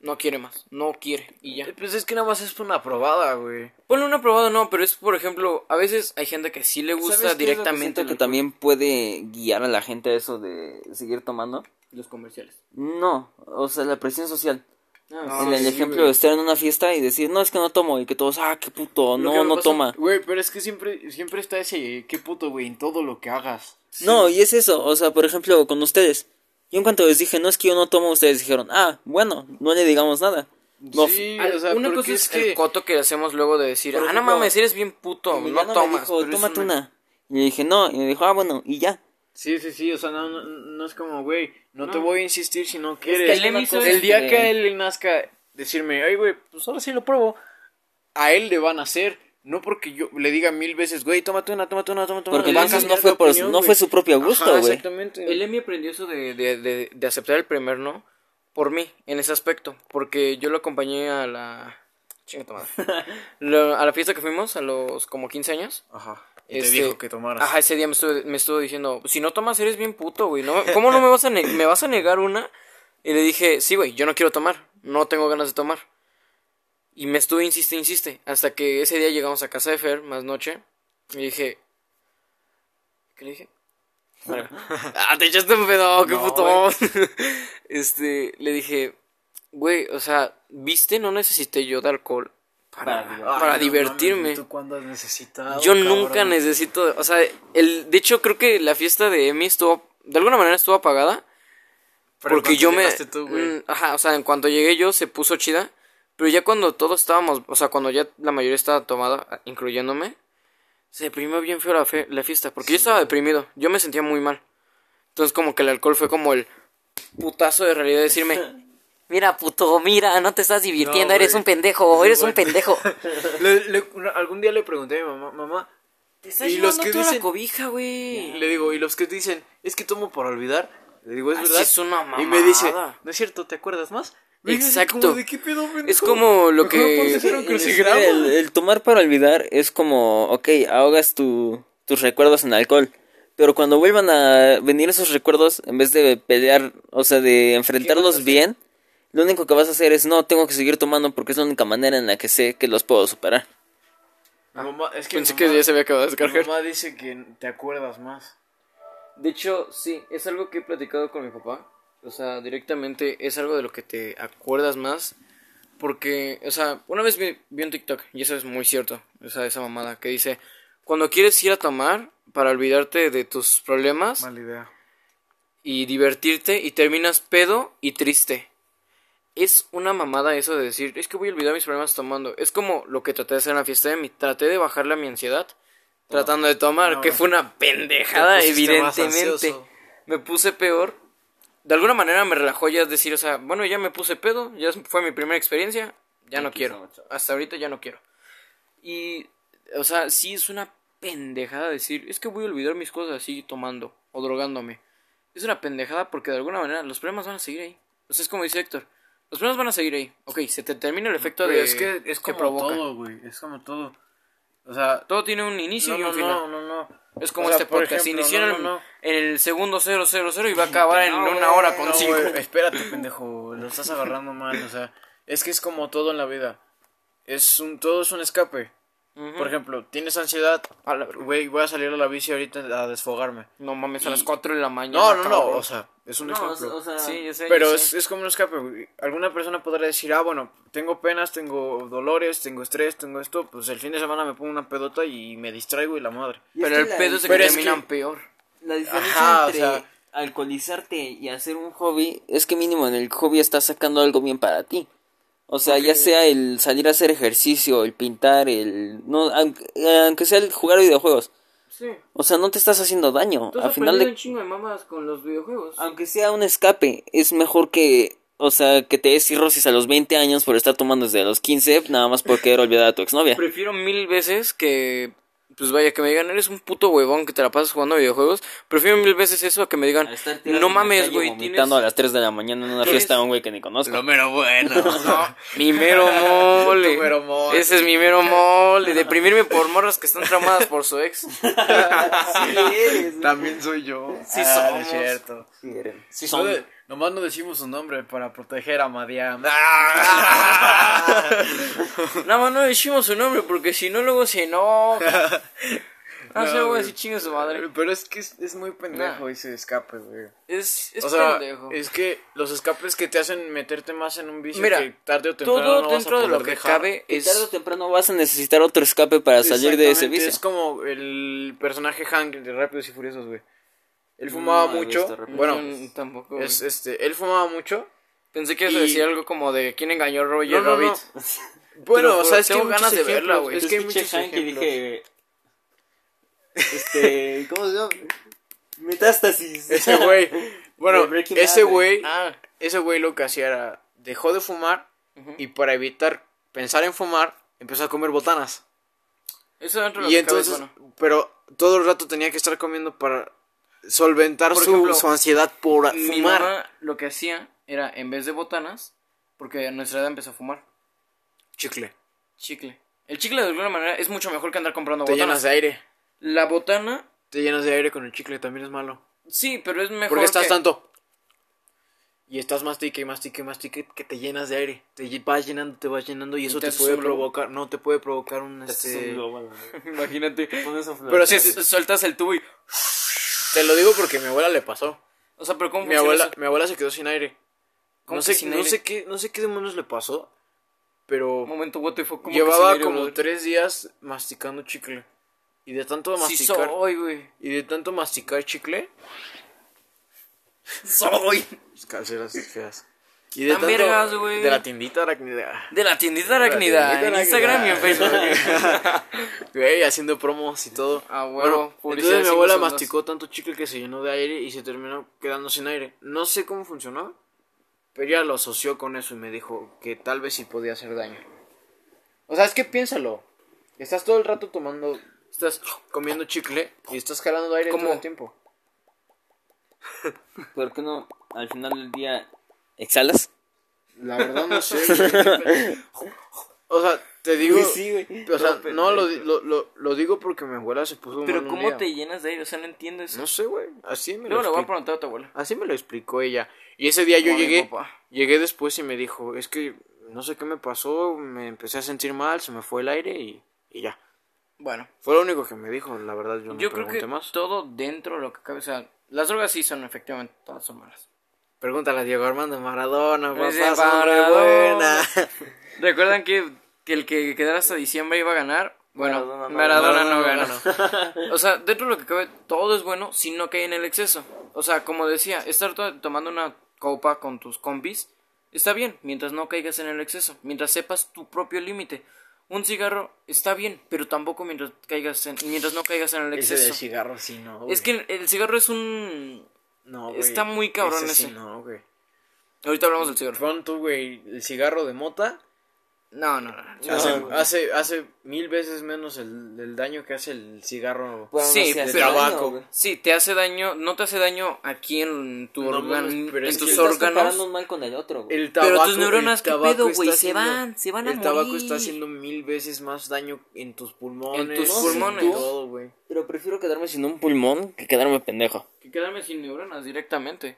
Speaker 3: No quiere más, no quiere, y ya.
Speaker 1: Eh, Pues es que nada más es una probada, güey.
Speaker 3: Ponle una probada, no, pero es, por ejemplo, a veces hay gente que sí le
Speaker 2: ¿Sabes
Speaker 3: gusta
Speaker 2: qué es lo que
Speaker 3: directamente
Speaker 2: siento que
Speaker 3: el-
Speaker 2: también puede guiar a la gente a eso de seguir tomando.
Speaker 3: los comerciales.
Speaker 2: No, o sea, la presión social.
Speaker 1: No,
Speaker 2: en el
Speaker 1: Ah, sí,
Speaker 2: ejemplo
Speaker 1: güey.
Speaker 2: de estar en una fiesta y decir, no, es que no tomo, y que todos, ah, qué puto,
Speaker 1: Lo que
Speaker 2: no,
Speaker 1: me
Speaker 2: no
Speaker 1: pasa-
Speaker 2: toma.
Speaker 1: Güey, pero es que siempre, siempre está ese, qué puto, güey, en todo lo que hagas.
Speaker 2: No, y es eso, o sea, por ejemplo, con ustedes. Yo en cuanto les dije, no es que yo no tomo, ustedes dijeron, ah, bueno, no le digamos nada. No,
Speaker 1: Sí,
Speaker 3: Al-
Speaker 1: o sea,
Speaker 3: una
Speaker 1: porque
Speaker 3: cosa es,
Speaker 1: es que...
Speaker 3: el coto que hacemos luego de decir,
Speaker 2: Por
Speaker 3: ah, no
Speaker 2: ejemplo,
Speaker 3: mames, eres bien puto,
Speaker 2: Emiliano
Speaker 3: no
Speaker 2: me
Speaker 3: tomas.
Speaker 2: dijo,
Speaker 1: pero es
Speaker 2: tómate
Speaker 1: una-
Speaker 2: una. Y le dije, no, y me dijo, ah, bueno, y ya.
Speaker 1: Sí, sí, sí, o sea, no, no, no es como, güey, no, te voy a insistir si no
Speaker 3: que
Speaker 1: quieres.
Speaker 3: él me hizo
Speaker 1: el día
Speaker 2: este-
Speaker 1: que a él le nazca decirme, ay, güey, pues ahora sí lo pruebo, a él le van a hacer. No porque yo le diga mil veces, güey, tómate una, tómate una, tómate una.
Speaker 2: Porque
Speaker 1: le van a
Speaker 2: entonces no
Speaker 1: cambiar
Speaker 2: fue,
Speaker 1: de
Speaker 2: por,
Speaker 1: opinión,
Speaker 2: no
Speaker 1: güey.
Speaker 2: fue su propio
Speaker 1: Ajá,
Speaker 2: gusto, güey.
Speaker 1: Exactamente.
Speaker 3: El Emi aprendió eso de, de, de, de aceptar el primer no por mí, en ese aspecto, porque yo lo acompañé a la... Chinga tu madre. Lo- a la fiesta que fuimos, a los como 15 años.
Speaker 1: Ajá.
Speaker 3: este-
Speaker 1: Te dijo que tomaras.
Speaker 3: Ajá, ese día me estuvo, me estuvo diciendo, si no tomas eres bien puto, güey. ¿no? ¿Cómo no me vas, a ne- me vas a negar una? Y le dije, sí, güey, yo no quiero tomar, no tengo ganas de tomar. Y me estuve, insiste, insiste, hasta que ese día llegamos a casa de Fer, más noche, y dije... ¿Qué le dije?
Speaker 1: <laughs>
Speaker 3: Bueno. ah, te echaste un pedo, qué
Speaker 1: No,
Speaker 3: puto. <laughs> este, le dije, güey, o sea, ¿viste? No necesité yo de alcohol para,
Speaker 1: Ay,
Speaker 3: para
Speaker 1: Ah, no
Speaker 3: divertirme.
Speaker 1: mames, ¿tú cuándo has necesitado?
Speaker 3: Yo nunca
Speaker 1: cabrón?
Speaker 3: necesito, o sea, el, de hecho creo que la fiesta de Emi estuvo, de alguna manera estuvo apagada,
Speaker 1: Pero
Speaker 3: porque
Speaker 1: ¿cuándo
Speaker 3: yo me,
Speaker 1: llegaste tú, güey?
Speaker 3: mm, ajá, o sea, en cuanto llegué yo se puso chida, pero ya cuando todos estábamos, o sea, cuando ya la mayoría estaba tomada, incluyéndome, se deprimió bien feo la, fe- la fiesta, porque yo estaba deprimido, yo me sentía muy mal, entonces como que el alcohol fue como el putazo de realidad de decirme,
Speaker 1: <laughs>
Speaker 3: mira puto, mira, no te estás divirtiendo,
Speaker 1: No,
Speaker 3: eres
Speaker 1: güey. <laughs>
Speaker 3: un pendejo, eres un pendejo.
Speaker 1: Le- le- una- algún día le pregunté a mi mamá, mamá,
Speaker 3: Te estás
Speaker 1: Y los
Speaker 3: llevando
Speaker 1: que
Speaker 3: toda
Speaker 1: dicen-
Speaker 3: la cobija, güey.
Speaker 1: le digo, y los que dicen, es que tomo para olvidar, le digo, es
Speaker 3: Ah, sí,
Speaker 1: verdad.
Speaker 3: es una
Speaker 1: Y me dice,
Speaker 3: mamada.
Speaker 1: no es cierto, ¿te acuerdas más? Me dice así
Speaker 3: Exacto.
Speaker 1: como, "¿De qué pedo,
Speaker 3: Es
Speaker 1: pendejo?
Speaker 3: como lo
Speaker 1: Mejor
Speaker 3: que-
Speaker 1: ponte a hacer un
Speaker 3: en
Speaker 2: Es que
Speaker 1: crucigrama".
Speaker 2: Este, el, el tomar para olvidar es como, ok, ahogas tu- tus recuerdos en alcohol. Pero cuando vuelvan a venir esos recuerdos, en vez de pelear, o sea, de enfrentarlos bien, lo único que vas a hacer es, no, tengo que seguir tomando porque es la única manera en la que sé que los puedo superar.
Speaker 1: Mi mamá, es que mi
Speaker 3: Pensé
Speaker 1: mamá-
Speaker 3: que ya se había acabado de
Speaker 1: Mi
Speaker 3: descargar.
Speaker 1: mamá dice que te acuerdas más.
Speaker 3: De hecho, sí, es algo que he platicado con mi papá. O sea, directamente es algo de lo que te acuerdas más. Porque, o sea, una vez vi, vi un TikTok, y eso es muy cierto. O sea, esa mamada que dice: Cuando quieres ir a tomar para olvidarte de tus problemas
Speaker 1: Mala idea.
Speaker 3: y divertirte, y terminas pedo y triste. Es una mamada eso de decir: Es que voy a olvidar mis problemas tomando. Es como lo que traté de hacer en la fiesta de mi. Traté de bajarle a mi ansiedad. Tratando de tomar,
Speaker 1: No,
Speaker 3: que
Speaker 1: no.
Speaker 3: fue una pendejada,
Speaker 1: Te pusiste más
Speaker 3: evidentemente.
Speaker 1: ansioso.
Speaker 3: Me puse peor. De alguna manera me relajó ya decir, o sea, bueno, ya me puse pedo, ya fue mi primera experiencia, ya no quiero. Hasta ahorita ya no quiero. Y, o sea, sí es una pendejada decir, es que voy a olvidar mis cosas así tomando o drogándome. Es una pendejada porque de alguna manera los problemas van a seguir ahí. O sea, es como dice Héctor, los problemas van a seguir ahí. Ok, se te termina el efecto
Speaker 1: Güey,
Speaker 3: de...
Speaker 1: es que es como
Speaker 3: provoca.
Speaker 1: todo, güey. Es como todo. O sea,
Speaker 3: Todo tiene un inicio
Speaker 1: no,
Speaker 3: y un
Speaker 1: no,
Speaker 3: final.
Speaker 1: no, no, no.
Speaker 3: Es
Speaker 1: O
Speaker 3: como
Speaker 1: sea,
Speaker 3: este
Speaker 1: por
Speaker 3: podcast.
Speaker 1: ejemplo,
Speaker 3: Inició
Speaker 1: no,
Speaker 3: en, el-
Speaker 1: no, no.
Speaker 3: en el segundo 000 y va a acabar
Speaker 1: No,
Speaker 3: en
Speaker 1: güey,
Speaker 3: una hora con
Speaker 1: no,
Speaker 3: cinco.
Speaker 1: güey, Espérate, pendejo. Lo estás agarrando mal. O sea, es que es como todo en la vida. Es un, todo es un escape.
Speaker 3: Ujú.
Speaker 1: Por ejemplo, tienes ansiedad.
Speaker 3: A la verga.
Speaker 1: Güey, voy a salir a la bici ahorita a desfogarme.
Speaker 3: No mames, a las 4 de la mañana.
Speaker 1: No, no, no.
Speaker 3: cabrón.
Speaker 1: O sea, es un ejemplo.
Speaker 3: sí, yo sé,
Speaker 1: Pero
Speaker 3: yo
Speaker 1: es,
Speaker 3: sé.
Speaker 1: es como un escape. güey. Alguna persona podrá decir, ah, bueno, tengo penas, tengo dolores, tengo estrés, tengo esto. Pues el fin de semana me pongo una pedota y me distraigo y la madre.
Speaker 3: Pero el pedo se
Speaker 1: pero
Speaker 3: que
Speaker 1: es
Speaker 3: terminan
Speaker 1: que-
Speaker 3: peor.
Speaker 2: La diferencia
Speaker 1: Ajá, o
Speaker 2: entre
Speaker 1: sea-
Speaker 2: alcoholizarte y hacer un hobby es que mínimo en el hobby estás sacando algo bien para ti. O sea, ya sea el salir a hacer ejercicio, el pintar, el... No, aunque, aunque sea el jugar videojuegos.
Speaker 3: Sí.
Speaker 2: O sea, no te estás haciendo daño.
Speaker 3: Tú
Speaker 2: Al
Speaker 3: has
Speaker 2: final
Speaker 3: aprendido
Speaker 2: de...
Speaker 3: un chingo de Ah, mamas con los videojuegos.
Speaker 2: Aunque sea un escape, es mejor que... O sea, que te des cirrosis a los 20 años por estar tomando desde los 15, nada más por querer olvidar a tu exnovia.
Speaker 3: Prefiero mil veces que Pues vaya, que me digan, eres un puto huevón que te la pasas jugando a videojuegos. Prefiero mil veces eso a que me digan,
Speaker 2: Al estar tirado
Speaker 3: no
Speaker 2: en la
Speaker 3: mames,
Speaker 2: calle
Speaker 3: güey, tienes...
Speaker 2: Vomitando a las 3 de la mañana en una
Speaker 3: Tienes-
Speaker 2: fiesta a un güey que ni conozco.
Speaker 4: Lo mero
Speaker 1: <laughs>
Speaker 4: bueno.
Speaker 3: Mi mero mole.
Speaker 1: Tu mero mole.
Speaker 3: Ese es mi mero mole. Deprimirme por morras que están tramadas por su ex.
Speaker 1: También soy yo.
Speaker 3: Sí
Speaker 1: Ah, no
Speaker 3: somos.
Speaker 1: es cierto.
Speaker 2: Sí,
Speaker 1: No
Speaker 2: son.
Speaker 1: de- nomás no decimos su nombre para proteger a
Speaker 3: <laughs>
Speaker 1: Madiam.
Speaker 3: Ah. Nada más no decimos su nombre porque si no luego se enoja. Ah, No,
Speaker 1: No,
Speaker 3: sé, güey,
Speaker 1: güey.
Speaker 3: si chinga su madre.
Speaker 1: Pero es que es, es muy pendejo ese escape, güey.
Speaker 3: Es, es
Speaker 1: o sea,
Speaker 3: pendejo.
Speaker 1: es que los escapes que te hacen meterte más en un vicio
Speaker 3: Mira,
Speaker 1: que tarde o temprano no
Speaker 3: Todo
Speaker 1: vas a
Speaker 3: dentro de lo
Speaker 1: poder
Speaker 3: que
Speaker 1: dejar.
Speaker 3: cabe
Speaker 2: Y
Speaker 3: es...
Speaker 2: tarde o temprano vas a necesitar otro escape para salir de ese
Speaker 1: Exactamente,
Speaker 2: vicio.
Speaker 1: Es como el personaje Hank de Rápidos y Furiosos, güey. Él fumaba
Speaker 2: No he
Speaker 1: mucho.
Speaker 2: visto Rápidos y
Speaker 1: Bueno,
Speaker 3: Mm, tampoco.
Speaker 1: es,
Speaker 3: güey.
Speaker 1: este, él fumaba mucho.
Speaker 3: Pensé que ibas a
Speaker 1: y-
Speaker 3: decir algo como de quién engañó a Roger
Speaker 1: No, no,
Speaker 3: <laughs> Rabbit.
Speaker 1: no. <laughs> Bueno,
Speaker 3: Pero,
Speaker 1: o sea, es que
Speaker 3: tengo
Speaker 1: hay
Speaker 3: ganas
Speaker 1: muchos
Speaker 3: de verla,
Speaker 1: ejemplos,
Speaker 3: güey.
Speaker 1: Es que
Speaker 3: <laughs>
Speaker 1: hay muchos ejemplos.
Speaker 2: dije. Este. <laughs> ¿Cómo se llama? Metástasis.
Speaker 1: Ese güey.
Speaker 2: De
Speaker 1: Bueno,
Speaker 2: Breaking
Speaker 1: ese
Speaker 2: Bad,
Speaker 1: güey.
Speaker 3: Ah,
Speaker 1: Ese güey lo que hacía era. Dejó de fumar. Y para evitar pensar en fumar, empezó a comer botanas.
Speaker 3: eso dentro de lo
Speaker 1: Y
Speaker 3: que cabe es
Speaker 1: entonces.
Speaker 3: bueno.
Speaker 1: Pero todo el rato tenía que estar comiendo para solventar
Speaker 3: Por
Speaker 1: su,
Speaker 3: ejemplo,
Speaker 1: su ansiedad por
Speaker 3: Mi
Speaker 1: fumar.
Speaker 3: mamá lo que hacía era, en vez de botanas, porque a nuestra edad empezó a fumar,
Speaker 1: Chicle.
Speaker 3: chicle. El chicle de alguna manera es mucho mejor que andar comprando
Speaker 1: Te
Speaker 3: botanas.
Speaker 1: llenas de aire.
Speaker 3: La botana,
Speaker 1: Te llenas de aire con el chicle, también es malo.
Speaker 3: sí, pero es mejor.
Speaker 1: Porque estás
Speaker 3: que-
Speaker 1: tanto. Y estás mastique y mastique y mastique que te llenas de aire. Te lle- vas llenando, te vas llenando y eso
Speaker 3: te
Speaker 1: te
Speaker 3: haces
Speaker 1: puede
Speaker 3: un globo.
Speaker 1: provocar, no te puede provocar un este
Speaker 3: <laughs> Imagínate.
Speaker 1: Pero sí,
Speaker 3: Sí, sueltas el tubo y.
Speaker 1: te lo digo porque a mi abuela le pasó.
Speaker 3: O sea, pero ¿cómo
Speaker 1: Mi
Speaker 3: funciona
Speaker 1: abuela,
Speaker 3: eso?
Speaker 1: mi abuela se quedó sin aire.
Speaker 3: ¿Cómo
Speaker 1: no
Speaker 3: que
Speaker 1: sé,
Speaker 3: sin
Speaker 1: no
Speaker 3: aire?
Speaker 1: sé qué, no sé qué demonios le pasó, pero
Speaker 3: Un momento, what the fuck, ¿cómo que sin
Speaker 1: llevaba
Speaker 3: aire,
Speaker 1: como
Speaker 3: brother?
Speaker 1: tres días masticando chicle. Y de tanto
Speaker 3: Sí,
Speaker 1: masticar,
Speaker 3: soy, güey.
Speaker 1: y de tanto masticar chicle,
Speaker 3: Soy.
Speaker 1: pues, calceras feas. Y de
Speaker 3: Tan
Speaker 1: tanto
Speaker 3: vergas, güey.
Speaker 1: de la tiendita aracnida.
Speaker 3: De la tiendita arácnida.
Speaker 1: tiendita
Speaker 3: En Instagram y en
Speaker 1: arácnida. <laughs>
Speaker 3: Facebook.
Speaker 1: Güey, haciendo promos y todo.
Speaker 3: Ah, huevo,
Speaker 1: bueno,
Speaker 3: publicidad
Speaker 1: entonces mi
Speaker 3: de
Speaker 1: abuela
Speaker 3: cinco segundos.
Speaker 1: masticó tanto chicle que se llenó de aire y se terminó quedando sin aire. No sé cómo funcionó, pero ella lo asoció con eso y me dijo que tal vez sí podía hacer daño. O sea, es que piénsalo. Estás todo el rato tomando, estás comiendo chicle y estás jalando aire
Speaker 3: ¿Cómo?
Speaker 1: todo el tiempo.
Speaker 2: ¿Por qué no al final del día exhalas?
Speaker 1: La verdad no
Speaker 3: <laughs>
Speaker 1: sé. güey. o sea, te digo,
Speaker 2: güey.
Speaker 1: o sea, no lo, di- lo, lo- lo digo porque mi abuela se puso mal
Speaker 3: Pero
Speaker 1: un
Speaker 3: ¿cómo
Speaker 1: día.
Speaker 3: te llenas de aire? O sea, no entiendo eso.
Speaker 1: No sé, güey. Así me lo
Speaker 3: Luego le voy a
Speaker 1: explicó.
Speaker 3: preguntar a tu abuela.
Speaker 1: Así me lo explicó ella. Y ese día yo
Speaker 3: Como a mi
Speaker 1: llegué,
Speaker 3: papá.
Speaker 1: llegué después y me dijo, es que no sé qué me pasó, me empecé a sentir mal, se me fue el aire y, y ya.
Speaker 3: Bueno.
Speaker 1: Fue lo único que me dijo, la verdad yo no
Speaker 3: Yo creo
Speaker 1: pregunté
Speaker 3: que
Speaker 1: más.
Speaker 3: todo dentro de lo que cabe. O sea, las drogas sí son efectivamente todas son malas.
Speaker 1: Pregúntale a Diego Armando Maradona, papá,
Speaker 3: Ese
Speaker 1: son muy
Speaker 3: Maradona.
Speaker 1: <laughs> buena.
Speaker 3: ¿Recuerdan que, que el que quedara hasta diciembre iba a ganar? Bueno, Maradona
Speaker 2: Maradona
Speaker 3: no,
Speaker 2: no
Speaker 3: ganó. O sea, dentro de lo que cabe, todo es bueno si no cae en el exceso. O sea, como decía, estar to- tomando una copa con tus compis está bien, mientras no caigas en el exceso, mientras sepas tu propio límite. Un cigarro está bien, pero tampoco mientras caigas en, mientras no caigas en el
Speaker 1: Ese del
Speaker 3: exceso.
Speaker 1: cigarro sí no, güey.
Speaker 3: Es que el- el cigarro es un
Speaker 1: no, güey.
Speaker 3: está muy cabrón
Speaker 1: ese. sí
Speaker 3: ese.
Speaker 1: no, güey.
Speaker 3: Ahorita hablamos del cigarro.
Speaker 1: Pon tú, güey, el cigarro de mota
Speaker 3: No, no, no.
Speaker 1: hace, hace, hace mil veces menos el, el daño que hace el cigarro.
Speaker 3: Sí,
Speaker 2: pero
Speaker 1: pues,
Speaker 3: pero-
Speaker 1: tabaco.
Speaker 3: Sí, te hace daño, no te hace daño aquí en tu
Speaker 1: No
Speaker 3: órgano,
Speaker 1: mames, pero
Speaker 3: en
Speaker 1: es que
Speaker 3: tus
Speaker 1: estás
Speaker 3: órganos.
Speaker 2: un mal con el otro, güey.
Speaker 1: El
Speaker 3: Pero tus
Speaker 1: tabaco-
Speaker 3: neuronas,
Speaker 1: el
Speaker 3: ¿qué
Speaker 1: tabaco
Speaker 3: pedo, güey?
Speaker 1: está
Speaker 3: Se
Speaker 1: haciendo-
Speaker 3: van, se van a
Speaker 1: El tabaco
Speaker 3: morir.
Speaker 1: está haciendo mil veces más daño en tus pulmones.
Speaker 3: En tus
Speaker 2: pulmones.
Speaker 1: todo, güey.
Speaker 2: Pero prefiero quedarme sin un pulmón que quedarme pendejo.
Speaker 3: Que quedarme sin neuronas directamente.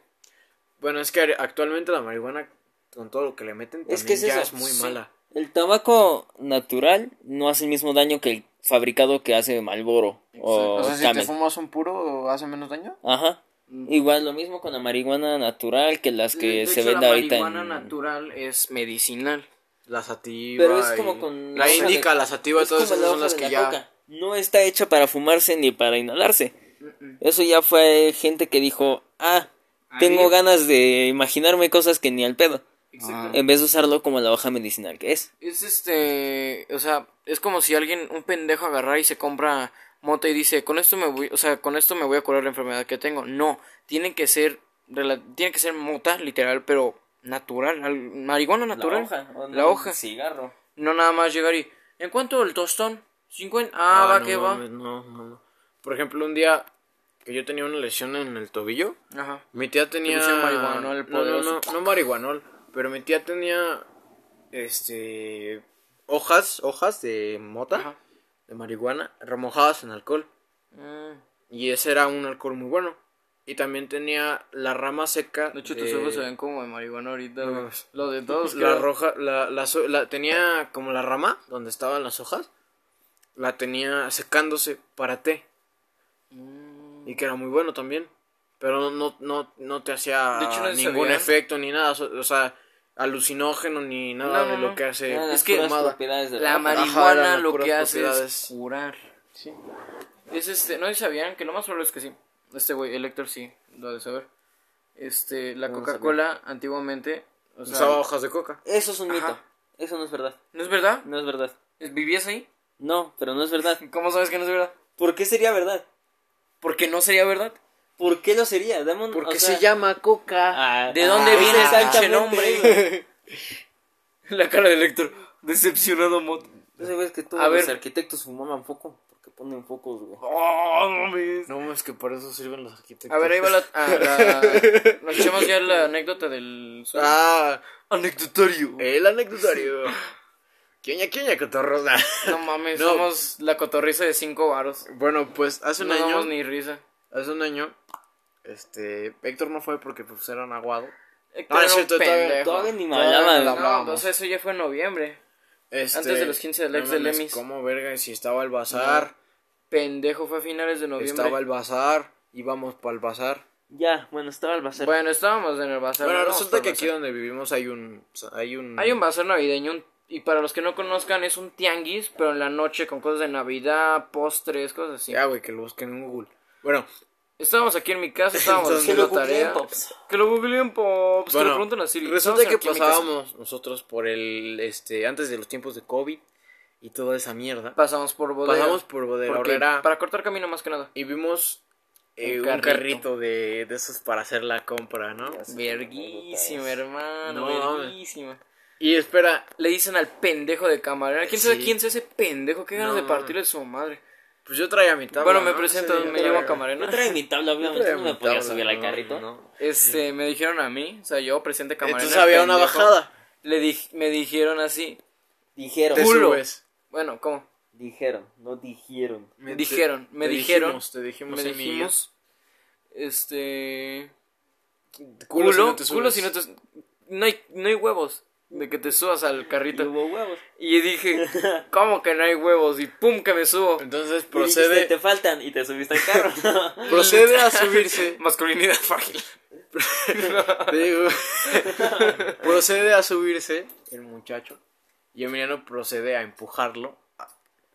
Speaker 1: Bueno, es que actualmente la marihuana, con todo lo que le meten, también
Speaker 2: Es que es
Speaker 1: ya
Speaker 2: eso,
Speaker 1: es muy
Speaker 2: sí.
Speaker 1: mala.
Speaker 2: El tabaco natural no hace el mismo daño que el fabricado que hace Malboro o, Camel.
Speaker 1: fumas Mm. un puro, ¿hace menos daño?
Speaker 2: Ajá. Igual lo mismo con la marihuana natural que las que
Speaker 3: De
Speaker 2: se
Speaker 3: hecho,
Speaker 2: venden
Speaker 3: la
Speaker 2: ahorita
Speaker 3: marihuana
Speaker 2: en-
Speaker 3: natural es medicinal.
Speaker 1: La sativa.
Speaker 2: Pero es
Speaker 1: y-
Speaker 2: como con
Speaker 1: La
Speaker 2: hoja de-
Speaker 1: indica, la sativa,
Speaker 2: Es
Speaker 1: todas
Speaker 2: como
Speaker 1: esas
Speaker 2: la
Speaker 1: son
Speaker 2: hoja
Speaker 1: las
Speaker 2: de
Speaker 1: que
Speaker 2: la
Speaker 1: ya.
Speaker 2: coca. No está hecha para fumarse ni para inhalarse. Eso ya fue gente que dijo, ah, tengo
Speaker 3: Ahí-
Speaker 2: ganas de imaginarme cosas que ni al pedo.
Speaker 3: Exacto.
Speaker 2: En vez de usarlo como la hoja medicinal que es.
Speaker 3: Es este, o sea, es como si alguien un pendejo agarra y se compra mota y dice, "Con esto me voy, o sea, con esto me voy a curar la enfermedad que tengo." No, tiene que ser rela- tiene que ser mota literal, pero natural, al- marihuana natural. La hoja.
Speaker 2: cigarro.
Speaker 3: No nada más llegar y, ¿en cuánto el tostón? 50. Ah, va
Speaker 1: no,
Speaker 3: que va.
Speaker 1: mames, No, no, no. Por ejemplo, un día que yo tenía una lesión en el tobillo,
Speaker 3: Ajá.
Speaker 1: mi tía tenía.
Speaker 3: pusieron marihuanol
Speaker 1: no, no,
Speaker 3: poderoso.
Speaker 1: no, no marihuanol, pero mi tía tenía. Este. Hojas, hojas de mota,
Speaker 3: Ajá.
Speaker 1: de marihuana, remojadas en alcohol.
Speaker 3: Mm.
Speaker 1: Y ese era un alcohol muy bueno. Y también tenía la rama seca.
Speaker 3: De hecho, tus ojos se ven como de marihuana ahorita,
Speaker 1: No
Speaker 3: güey.
Speaker 1: mames.
Speaker 3: Los de <laughs> todos,
Speaker 1: La
Speaker 3: creo.
Speaker 1: roja, la, la, so- la- tenía como la rama donde estaban las hojas, la tenía secándose para té.
Speaker 3: Mm.
Speaker 1: Y que era muy bueno también. Pero no, no, no te hacía
Speaker 3: De hecho, no se
Speaker 1: ningún
Speaker 3: sabía.
Speaker 1: efecto ni nada. so- O sea, alucinógeno ni nada
Speaker 3: No, no,
Speaker 1: de lo
Speaker 3: no.
Speaker 1: que hace.
Speaker 2: Eran las
Speaker 3: Eh, es que
Speaker 2: puras
Speaker 1: fumada.
Speaker 2: propiedades de
Speaker 3: La
Speaker 2: hoja.
Speaker 3: marihuana
Speaker 1: eran las
Speaker 3: lo
Speaker 1: puras
Speaker 3: que hace es
Speaker 1: propiedades.
Speaker 3: curar. Es este, no sé si sabían que lo más probable es que sí. Este güey, el Héctor sí, lo ha de saber. Este, la
Speaker 2: No lo
Speaker 3: Coca-Cola antiguamente, o sea,
Speaker 1: Usaba hojas de coca.
Speaker 2: Eso es un
Speaker 3: Ajá.
Speaker 2: mito. Eso no es verdad.
Speaker 3: ¿no es verdad?
Speaker 2: No es verdad.
Speaker 3: ¿Es- ¿Vivías ahí?
Speaker 2: No, pero no
Speaker 3: <laughs>
Speaker 2: es verdad.
Speaker 3: ¿Cómo sabes que no es verdad?
Speaker 2: ¿Por qué sería verdad?
Speaker 3: Porque no sería verdad. <laughs>
Speaker 2: ¿Por qué lo sería? Dame un-
Speaker 1: Porque
Speaker 2: o sea-
Speaker 1: se llama coca.
Speaker 2: Ah,
Speaker 3: ¿De dónde
Speaker 2: ah,
Speaker 3: viene ese pinche
Speaker 2: exactamente, güey. <laughs>
Speaker 3: nombre? la cara del Héctor, decepcionado mod.
Speaker 2: Tú sabes que todos
Speaker 3: A
Speaker 2: los
Speaker 3: ver.
Speaker 2: arquitectos fumaban foco. Porque ponen focos, güey.
Speaker 3: Oh, mames.
Speaker 1: No, es que por eso sirven los arquitectos.
Speaker 3: A ver, ahí va la, ah,
Speaker 1: <laughs>
Speaker 3: la- Nos echamos ya la anécdota del...
Speaker 1: Ah,
Speaker 3: Anecdotario.
Speaker 1: el anecdotario. ¿Quién ya, quién ya, cotorros?
Speaker 3: No mames,
Speaker 1: No.
Speaker 3: somos la cotorriza de cinco varos.
Speaker 1: Bueno, pues hace un
Speaker 3: No
Speaker 1: año.
Speaker 3: damos ni risa.
Speaker 1: Hace un año, este, Héctor no fue porque pues era un aguado. No,
Speaker 3: Héctor
Speaker 1: no
Speaker 3: era
Speaker 1: es
Speaker 3: un
Speaker 1: cierto, todavía-
Speaker 3: pendejo.
Speaker 2: Todavía ni me
Speaker 1: Todavía
Speaker 2: hablaban.
Speaker 1: no
Speaker 2: güey.
Speaker 1: la-
Speaker 3: No,
Speaker 1: hablábamos.
Speaker 3: pues eso ya fue en noviembre.
Speaker 1: Este,
Speaker 3: Antes de los 15 del ex del
Speaker 1: mames,
Speaker 3: Emis.
Speaker 1: ¿Cómo verga? Si estaba el bazar,
Speaker 3: Pendejo fue a finales de noviembre.
Speaker 1: estaba el bazar, íbamos para el bazar.
Speaker 2: Ya, bueno, estaba el bazar.
Speaker 3: Bueno, estábamos en el bazar.
Speaker 1: bueno,
Speaker 3: no,
Speaker 1: resulta
Speaker 3: no,
Speaker 1: que
Speaker 3: no,
Speaker 1: aquí donde vivimos hay un, hay un,
Speaker 3: Hay un bazar navideño un- y para los que no conozcan es un tianguis, pero en la noche con cosas de Navidad, postres, cosas así.
Speaker 1: ya güey que lo busquen en Google. Bueno,
Speaker 3: Estábamos aquí en mi casa, estábamos
Speaker 1: Entonces,
Speaker 3: haciendo
Speaker 2: que lo googleen,
Speaker 3: tarea.
Speaker 2: Pops.
Speaker 3: Que lo googleen, Pops. que
Speaker 1: bueno,
Speaker 3: lo pregunten a Siri.
Speaker 1: resulta
Speaker 3: Estábamos
Speaker 1: que
Speaker 3: aquí en mi casa.
Speaker 1: pasábamos nosotros por el, este, antes de los tiempos de COVID y toda esa mierda.
Speaker 3: Pasamos por bodega.
Speaker 1: Pasamos por Bodega
Speaker 3: Porque-
Speaker 1: Horrera
Speaker 3: Para cortar camino más que nada.
Speaker 1: y vimos eh,
Speaker 3: Un
Speaker 1: un carrito,
Speaker 3: carrito.
Speaker 1: de, de esos para hacer la compra, ¿no?
Speaker 3: Verguísima, hermano,
Speaker 1: No, mames.
Speaker 3: verguísima.
Speaker 1: Y espera,
Speaker 3: Le dicen al pendejo de camarera. ¿Quién sabe
Speaker 1: Sí.
Speaker 3: quién es ese pendejo? ¿Qué ganas
Speaker 1: No,
Speaker 3: de partirle su madre?
Speaker 1: Pues yo traía mi tabla.
Speaker 3: bueno, me
Speaker 1: ¿no?
Speaker 3: presento,
Speaker 1: Sí, yo
Speaker 3: me
Speaker 1: traía-
Speaker 3: llamo
Speaker 2: Yo
Speaker 3: camarena.
Speaker 2: traía mi tabla,
Speaker 1: yo
Speaker 2: obviamente.
Speaker 1: traía
Speaker 2: No
Speaker 1: mi
Speaker 2: me podía
Speaker 1: tabla,
Speaker 2: subir al
Speaker 1: no,
Speaker 2: carrito.
Speaker 1: no.
Speaker 3: Este, me dijeron a mí, o sea, yo presente camarena.
Speaker 1: Entonces había una
Speaker 3: pendejo.
Speaker 1: bajada.
Speaker 3: Le dij- me dijeron así.
Speaker 2: Dijeron.
Speaker 1: Te
Speaker 3: Culo.
Speaker 1: subes.
Speaker 3: Bueno, ¿cómo?
Speaker 2: Dijeron, no dijeron.
Speaker 1: Me
Speaker 3: Dijeron, me dijeron,
Speaker 1: dijimos, te dijimos,
Speaker 3: me
Speaker 1: Emi y yo.
Speaker 3: dijimos, este,
Speaker 1: Culo
Speaker 3: culo,
Speaker 1: si no te
Speaker 3: culo
Speaker 1: subes.
Speaker 3: si no te, no hay, no hay huevos de que te subas al
Speaker 2: Y
Speaker 3: carrito.
Speaker 2: hubo huevos.
Speaker 3: Y dije, ¿cómo que no hay huevos? Y pum, que me subo.
Speaker 1: Entonces
Speaker 2: Y dijiste,
Speaker 1: procede,
Speaker 2: te faltan y te subiste
Speaker 3: <laughs>
Speaker 2: al carro. <laughs>
Speaker 1: procede a subirse.
Speaker 3: Masculinidad frágil.
Speaker 1: Te
Speaker 3: <laughs>
Speaker 1: digo, procede a subirse el muchacho. Y Emiliano procede a empujarlo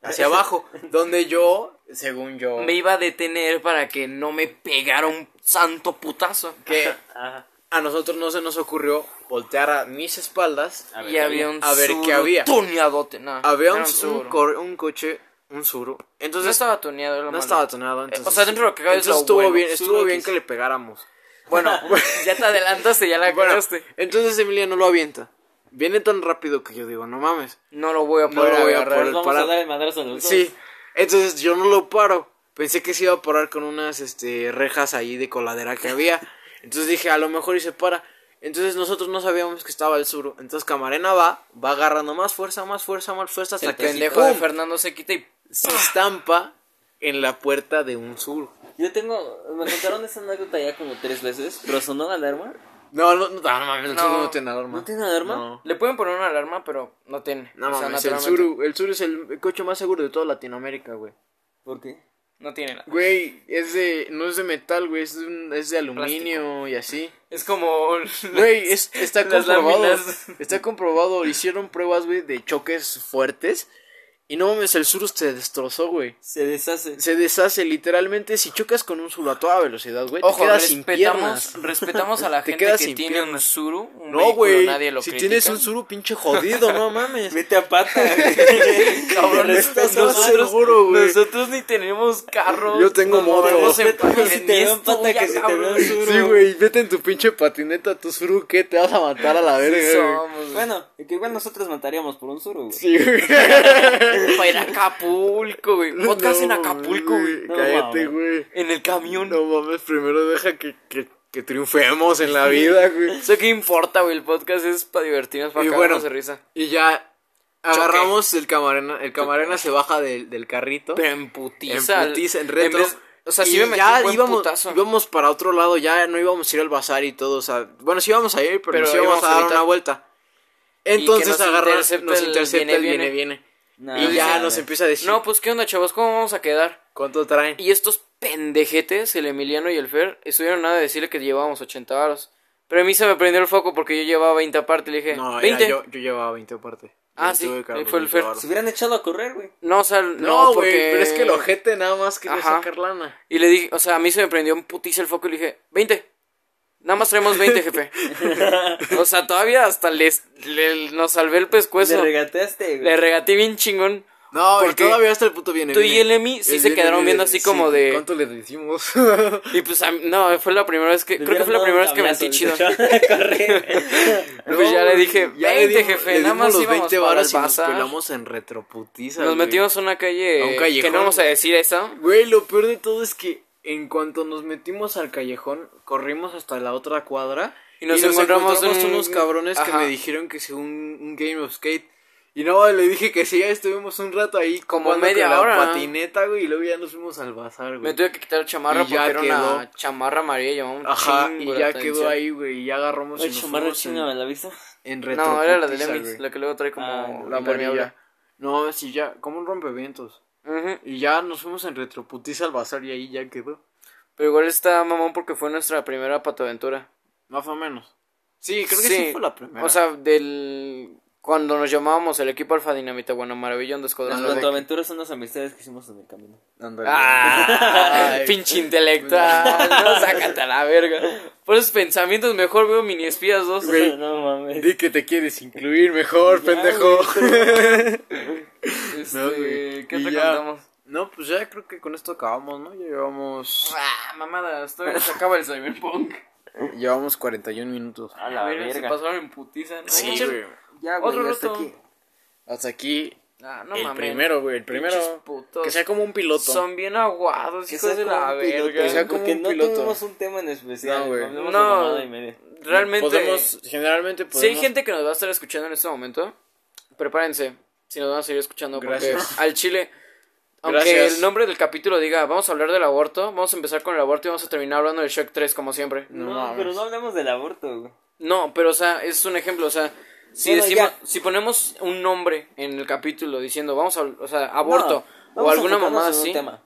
Speaker 1: hacia abajo. Donde yo, según yo,
Speaker 3: Me iba a detener para que no me pegara un santo putazo.
Speaker 1: que
Speaker 2: Ajá.
Speaker 1: a nosotros no se nos ocurrió voltear a mis espaldas
Speaker 2: A ver,
Speaker 3: Y
Speaker 2: ¿qué
Speaker 3: había un
Speaker 1: A ver, ¿qué
Speaker 3: Subaru
Speaker 1: había?
Speaker 3: tuneadote. No,
Speaker 1: Había
Speaker 3: Ah, era
Speaker 1: un, un,
Speaker 3: Subaru.
Speaker 1: cor- un coche, un suru. Entonces
Speaker 3: No estaba tuneado, era
Speaker 1: no
Speaker 3: lo malo. Eh,
Speaker 1: estaba tonado. Entonces,
Speaker 3: o sea, dentro de lo que cabe es
Speaker 1: entonces
Speaker 3: lo
Speaker 1: estuvo
Speaker 3: bueno.
Speaker 1: bien,
Speaker 3: Suru
Speaker 1: estuvo bien
Speaker 3: X.
Speaker 1: que le
Speaker 3: <laughs>
Speaker 1: pegáramos.
Speaker 3: Bueno, <laughs> ya te adelantaste, ya la
Speaker 1: Bueno,
Speaker 3: cagaste.
Speaker 1: entonces Emiliano lo avienta. Viene tan rápido que yo digo, no mames.
Speaker 3: No lo voy a
Speaker 1: No
Speaker 3: poder
Speaker 1: lo voy a
Speaker 3: agarrar.
Speaker 1: poder-
Speaker 2: Nos Pues vamos
Speaker 1: para-
Speaker 2: a dar el madrazo a los dos.
Speaker 1: Sí. Entonces yo no lo paro. Pensé que se iba a parar con unas este, rejas ahí de coladera que había. Entonces dije, a lo mejor y se para. Entonces nosotros no sabíamos que estaba el suru. Entonces Camarena va, va agarrando más fuerza, más fuerza, más fuerza hasta
Speaker 3: El
Speaker 1: que
Speaker 3: pendejo Este de
Speaker 1: ¡pum!
Speaker 3: Fernando se quita y...
Speaker 1: se estampa en la puerta de un suru.
Speaker 2: Yo tengo, me contaron esa anécdota ya como tres veces, pero sonó la alarma.
Speaker 1: No, no, no, no, mames, el
Speaker 3: No.
Speaker 1: suru no tiene alarma.
Speaker 2: ¿No tiene alarma?
Speaker 1: No.
Speaker 3: Le pueden poner una alarma, pero no tiene.
Speaker 1: No
Speaker 3: O sea,
Speaker 1: mames, el
Speaker 3: naturalmente, Pues
Speaker 1: Suru, el Suru es el coche más seguro de toda Latinoamérica, güey.
Speaker 2: ¿Por qué?
Speaker 3: No tiene nada.
Speaker 1: Güey, es de, no es de metal, güey, es de, un- es de aluminio y así.
Speaker 3: Es como...
Speaker 1: Güey, es- está
Speaker 3: Las
Speaker 1: comprobado,
Speaker 3: láminas.
Speaker 1: está comprobado, hicieron pruebas, güey, de choques fuertes y no mames, el Suru se destrozó, güey.
Speaker 2: Se deshace.
Speaker 1: Se deshace literalmente si chocas con un Suru a toda velocidad, güey, te
Speaker 3: Ojo,
Speaker 1: quedas sin
Speaker 3: respetamos,
Speaker 1: piernas.
Speaker 3: respetamos a
Speaker 1: <laughs>
Speaker 3: la
Speaker 1: Te
Speaker 3: gente que
Speaker 1: quedas sin
Speaker 3: tiene un
Speaker 1: piernas.
Speaker 3: Suru, un
Speaker 1: No,
Speaker 3: vehículo,
Speaker 1: güey,
Speaker 3: nadie lo
Speaker 1: si
Speaker 3: critica.
Speaker 1: tienes un Suru pinche jodido, no mames.
Speaker 2: Vete a pata.
Speaker 3: <laughs> Cabrón,
Speaker 2: Respetas
Speaker 1: no
Speaker 2: a
Speaker 1: sé,
Speaker 2: otros.
Speaker 1: seguro, güey.
Speaker 3: Nosotros ni tenemos carro.
Speaker 1: Yo tengo
Speaker 3: nos
Speaker 1: moto.
Speaker 3: movemos en-
Speaker 2: Respetas más si
Speaker 3: en
Speaker 2: te
Speaker 3: diez
Speaker 2: dan pata que
Speaker 3: tuyas,
Speaker 2: si te
Speaker 3: cabrón.
Speaker 2: dan Suru.
Speaker 1: Sí, güey, vete en tu pinche patineta, tu suru, ¿qué? Te vas a matar a la verga, güey.
Speaker 3: Somos, güey.
Speaker 2: Bueno, que igual nosotros mataríamos por un suru, güey.
Speaker 1: Sí, güey.
Speaker 3: para ir a Acapulco, güey. <laughs> Podcast en
Speaker 1: <laughs> No,
Speaker 3: Acapulco, güey.
Speaker 2: No
Speaker 1: cállate,
Speaker 2: mames.
Speaker 1: güey.
Speaker 3: En el camión.
Speaker 1: No mames, primero deja que, que, que triunfemos en la vida, güey.
Speaker 3: Eso qué importa, güey. El podcast es para divertirnos, para
Speaker 1: Y
Speaker 3: cagarnos
Speaker 1: bueno.
Speaker 3: de risa.
Speaker 1: Y ya agarramos el camarena. El camarena se baja del, del carrito.
Speaker 3: Pero en
Speaker 1: en
Speaker 3: putiza.
Speaker 1: putiza, en retro.
Speaker 3: vez- o sea,
Speaker 1: Y
Speaker 3: sí me metí un buen
Speaker 1: íbamos,
Speaker 3: putazo.
Speaker 1: íbamos para otro lado, ya no íbamos a ir al bazar y todo. O sea, bueno, sí íbamos a ir, pero,
Speaker 3: Pero
Speaker 1: nos íbamos
Speaker 3: íbamos
Speaker 1: a dar
Speaker 3: ahorita.
Speaker 1: una vuelta.
Speaker 3: nos
Speaker 1: Entonces agarra,
Speaker 3: intercepta
Speaker 1: nos
Speaker 3: el
Speaker 1: intercepta el
Speaker 3: viene,
Speaker 1: viene, viene.
Speaker 2: No,
Speaker 1: y ya
Speaker 2: no,
Speaker 1: nos
Speaker 2: no.
Speaker 1: empieza a decir
Speaker 3: No, pues, ¿qué onda, chavos? ¿Cómo vamos a quedar?
Speaker 1: cuánto traen.
Speaker 3: Y estos pendejetes, el Emiliano y el Fer, estuvieron nada de decirle que llevábamos 80 varos. Pero a mí se me prendió el foco porque yo llevaba 20 aparte y le dije,
Speaker 1: No, era
Speaker 3: 20.
Speaker 1: yo, yo llevaba 20 aparte.
Speaker 3: Ah,
Speaker 1: Yo
Speaker 3: sí,
Speaker 1: tuve que
Speaker 3: ahí fue el
Speaker 1: llevarlo.
Speaker 3: Fer.
Speaker 2: Se hubieran echado a correr, güey.
Speaker 3: No, o sea,
Speaker 1: No,
Speaker 3: no,
Speaker 1: güey,
Speaker 3: porque...
Speaker 1: pero es que el ojete nada más quería
Speaker 3: Ajá.
Speaker 1: sacar lana.
Speaker 3: Y le dije, o sea, a mí se me prendió un putiza el foco y le dije, 20. Nada más traemos 20,
Speaker 1: <laughs>
Speaker 3: jefe. o sea, todavía hasta les, le- nos salvé el pescuezo.
Speaker 2: Le
Speaker 3: Pues Le,
Speaker 2: regateaste, güey.
Speaker 3: regateé bien chingón.
Speaker 1: No,
Speaker 3: Porque
Speaker 1: y todavía hasta el puto viene.
Speaker 3: tú y
Speaker 1: viene.
Speaker 3: el Emi sí se
Speaker 1: viene,
Speaker 3: quedaron
Speaker 1: viene,
Speaker 3: viendo así
Speaker 1: sí,
Speaker 3: como de-
Speaker 1: ¿Cuánto le decimos?
Speaker 3: Y <laughs> pues, a mí- no, fue la primera vez que...
Speaker 2: Le
Speaker 3: Creo que fue la
Speaker 2: hubieran
Speaker 3: primera vez que
Speaker 2: dado
Speaker 3: mentí
Speaker 2: un
Speaker 3: chido.
Speaker 2: tablazo, le <laughs> echaron a correr.
Speaker 3: Pues ya le dije, 20,
Speaker 1: dimos-
Speaker 3: jefe,
Speaker 1: le
Speaker 3: nada
Speaker 1: dimos
Speaker 3: más
Speaker 1: los
Speaker 3: íbamos
Speaker 1: 20
Speaker 3: para
Speaker 1: varas
Speaker 3: el
Speaker 1: y nos
Speaker 3: bazar.
Speaker 1: pelamos en retroputiza.
Speaker 3: Nos
Speaker 1: güey.
Speaker 3: metimos a una calle
Speaker 1: A un
Speaker 3: que
Speaker 1: callejón.
Speaker 3: no vamos a decir eso.
Speaker 1: Güey, lo peor de todo es que en cuanto nos metimos al callejón, corrimos hasta la otra cuadra
Speaker 3: Y nos encontramos un-
Speaker 1: unos cabrones que
Speaker 3: Ajá.
Speaker 1: me dijeron que es un, un game of skate. Y no, le dije que sí, ya estuvimos un rato ahí
Speaker 3: Como
Speaker 1: jugando
Speaker 3: media
Speaker 1: con la
Speaker 3: hora.
Speaker 1: patineta, güey, y luego ya nos fuimos al bazar, güey.
Speaker 3: Me tuve que quitar la chamarra
Speaker 1: Y ya
Speaker 3: porque era una
Speaker 1: quedó.
Speaker 3: chamarra amarilla. Llamaba un
Speaker 1: Ajá, y
Speaker 3: chingo la
Speaker 1: ya
Speaker 3: atención.
Speaker 1: quedó ahí, güey, y ya agarramos y
Speaker 2: Oye,
Speaker 1: nos
Speaker 2: chamarra
Speaker 1: fuimos en,
Speaker 2: china, ¿me la viste?
Speaker 1: en
Speaker 3: No, era la de
Speaker 1: retroputiza,
Speaker 3: Lemis,
Speaker 1: güey.
Speaker 3: la que luego trae como
Speaker 2: Ah, no,
Speaker 3: la
Speaker 1: La
Speaker 3: impermeable.
Speaker 1: amarilla. No, sí, ya, como un rompevientos.
Speaker 3: Ujú.
Speaker 1: Y ya nos fuimos en retroputiza al bazar y ahí ya quedó.
Speaker 3: Pero igual está mamón porque fue nuestra primera patoaventura.
Speaker 1: Más o menos. Sí, creo que sí, fue la primera.
Speaker 3: O sea, del. Cuando nos llamábamos el equipo Alfa Dinamita, bueno, maravillón de
Speaker 2: Las
Speaker 3: Escuadrón Beck.
Speaker 2: aventuras son las amistades que hicimos en el <laughs> camino.
Speaker 1: Ándale.
Speaker 3: ¡Ah!
Speaker 1: Ay. <laughs>
Speaker 3: pinche intelectual. no, sácate a la verga. Por esos pensamientos, mejor veo Mini Espías 2.
Speaker 1: Güey.
Speaker 2: <laughs> No mames.
Speaker 1: Di que te quieres incluir mejor,
Speaker 2: Ya,
Speaker 1: pendejo.
Speaker 3: <laughs>
Speaker 1: <laughs>
Speaker 3: Este,
Speaker 1: No, güey.
Speaker 3: ¿Qué
Speaker 1: Y
Speaker 3: te
Speaker 1: ya.
Speaker 3: contamos?
Speaker 1: no, pues ya creo que con esto acabamos, ¿no? Ya llevamos
Speaker 3: Ah, mamada, estoy, se acaba el Cyberpunk.
Speaker 1: llevamos 41 minutos.
Speaker 2: A
Speaker 3: A
Speaker 2: la
Speaker 3: ver, se
Speaker 2: verga.
Speaker 3: pasaron en putiza. ¿no?
Speaker 1: Sí, güey.
Speaker 2: Ya, güey,
Speaker 3: Otro
Speaker 2: ya está
Speaker 3: rato.
Speaker 2: aquí.
Speaker 1: Hasta aquí
Speaker 3: Ah, no
Speaker 1: el
Speaker 3: mames.
Speaker 1: primero, güey, el
Speaker 3: Pinches
Speaker 1: primero.
Speaker 3: putos.
Speaker 1: Que sea como un piloto.
Speaker 3: Son bien aguados,
Speaker 2: Que
Speaker 3: hijos
Speaker 2: sea
Speaker 3: de
Speaker 2: como
Speaker 3: la
Speaker 2: un piloto,
Speaker 3: verga.
Speaker 1: Que sea como
Speaker 2: Porque
Speaker 1: un
Speaker 2: no
Speaker 1: piloto.
Speaker 2: tenemos un tema en especial.
Speaker 1: No, güey.
Speaker 2: hablemos
Speaker 3: No.
Speaker 2: de mamada y media.
Speaker 3: Realmente.
Speaker 1: Podemos generalmente podemos
Speaker 3: Si hay gente que nos va a estar escuchando en este momento, prepárense. Si nos van a seguir escuchando,
Speaker 1: Gracias.
Speaker 3: porque al chile. Aunque
Speaker 1: Gracias.
Speaker 3: el nombre del capítulo diga, vamos a hablar del aborto, vamos a empezar con el aborto y vamos a terminar hablando del Shock 3, como siempre.
Speaker 1: No
Speaker 2: No,
Speaker 1: mames.
Speaker 2: pero no hablemos del aborto, güey.
Speaker 3: No, pero o sea, es un ejemplo, o sea, si
Speaker 2: Bueno,
Speaker 3: decimos,
Speaker 2: ya.
Speaker 3: si ponemos un nombre en el capítulo diciendo, vamos a, o sea, aborto
Speaker 2: No,
Speaker 3: o
Speaker 2: vamos a
Speaker 3: alguna
Speaker 2: enfocarnos
Speaker 3: mamada
Speaker 2: en un
Speaker 3: así.
Speaker 2: tema.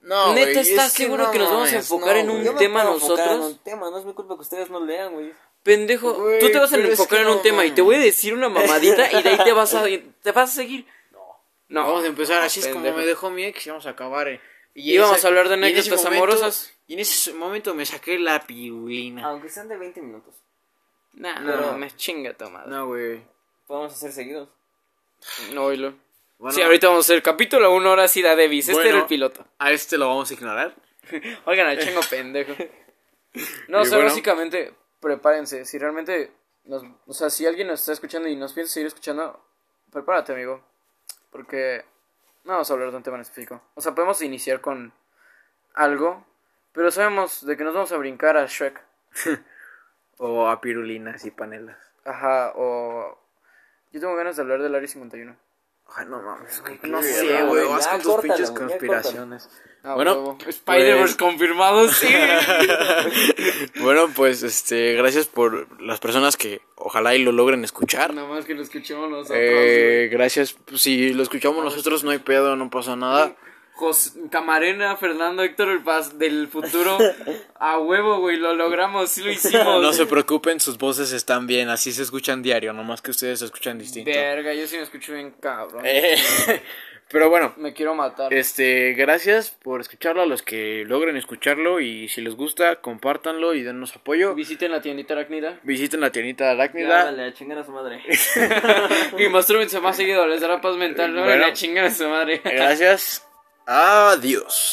Speaker 1: No,
Speaker 3: ¿Neta
Speaker 1: güey,
Speaker 3: estás
Speaker 1: es
Speaker 3: seguro que nos vamos a
Speaker 1: mames,
Speaker 3: enfocar en un
Speaker 1: güey.
Speaker 2: Yo me
Speaker 3: tema
Speaker 2: puedo enfocar en
Speaker 3: nosotros.
Speaker 2: un tema, no es mi culpa que ustedes no lean, güey.
Speaker 3: Pendejo,
Speaker 1: Güey,
Speaker 3: tú te vas a
Speaker 1: pero es
Speaker 3: enfocar
Speaker 1: que
Speaker 3: en un
Speaker 1: no
Speaker 3: tema y te voy a
Speaker 1: mames.
Speaker 3: decir una mamadita y de ahí te vas a, te vas a seguir. No, no.
Speaker 1: Vamos a empezar así es como
Speaker 3: pendejo.
Speaker 1: me dejó mi ex y vamos a acabar. eh. Y
Speaker 3: Íbamos a hablar de
Speaker 1: y en ese
Speaker 3: anécdotas
Speaker 1: momento-
Speaker 3: amorosas.
Speaker 1: Y en ese momento me saqué la piulina.
Speaker 2: Aunque sean de 20 minutos.
Speaker 3: Nah,
Speaker 1: No.
Speaker 3: no, me chinga tu madre.
Speaker 1: No, güey.
Speaker 2: Podemos hacer seguidos.
Speaker 3: No, oílo.
Speaker 1: Bueno,
Speaker 3: sí, ahorita vamos a hacer capítulo 1, ahora sí da Davis. Este
Speaker 1: Bueno.
Speaker 3: era el piloto.
Speaker 1: A este lo vamos a ignorar.
Speaker 3: Oigan al chingo
Speaker 1: <laughs>
Speaker 3: pendejo. No,
Speaker 1: Y
Speaker 3: o sea,
Speaker 1: bueno.
Speaker 3: básicamente, prepárense. Si realmente, nos- o sea, si alguien nos está escuchando y nos piensa seguir escuchando, prepárate, amigo. Porque no vamos a hablar de un tema en específico. O sea, podemos iniciar con algo, pero sabemos de que nos vamos a brincar a Shrek.
Speaker 1: O a pirulinas y panelas.
Speaker 3: Ajá, o... Yo tengo ganas de hablar del Área 51.
Speaker 1: Ay, no mames. güey,
Speaker 2: qué
Speaker 1: No
Speaker 2: mierda,
Speaker 1: sé, güey.
Speaker 2: güey,
Speaker 1: Vas
Speaker 2: ya
Speaker 1: con tus
Speaker 2: córtalo,
Speaker 1: pinches
Speaker 2: ya
Speaker 1: conspiraciones.
Speaker 3: Ah,
Speaker 1: Bueno,
Speaker 3: huevo. Spider-Verse
Speaker 1: pues- <laughs>
Speaker 3: confirmado, sí.
Speaker 1: Bueno, pues, este, gracias por las personas que ojalá y lo logren escuchar.
Speaker 3: Nada más que lo escuchemos nosotros. güey.
Speaker 1: Eh, gracias. Si lo escuchamos nosotros, no hay pedo, no pasa nada.
Speaker 3: Jos- Camarena, Fernando, Héctor el Paz del futuro. A huevo, güey, lo logramos, sí lo hicimos.
Speaker 1: No se preocupen, sus voces están bien. Así se escuchan diario, nomás que ustedes se escuchan distinto.
Speaker 3: Verga, yo sí me escucho bien cabrón.
Speaker 1: Eh, <laughs> pero bueno,
Speaker 3: Me quiero matar.
Speaker 1: este, gracias por escucharlo a los que logren escucharlo y si les gusta, compártanlo y dennos apoyo.
Speaker 3: Visiten la
Speaker 1: <laughs>
Speaker 3: tiendita Aracnida.
Speaker 1: Visiten la tiendita de
Speaker 2: Ya,
Speaker 1: Arácnida.
Speaker 2: dale, a chingar a su madre. <laughs>
Speaker 3: Y mastúrbense más seguido, les dará paz mental. No
Speaker 1: Bueno.
Speaker 3: la chingan a su madre.
Speaker 1: Gracias. Adiós.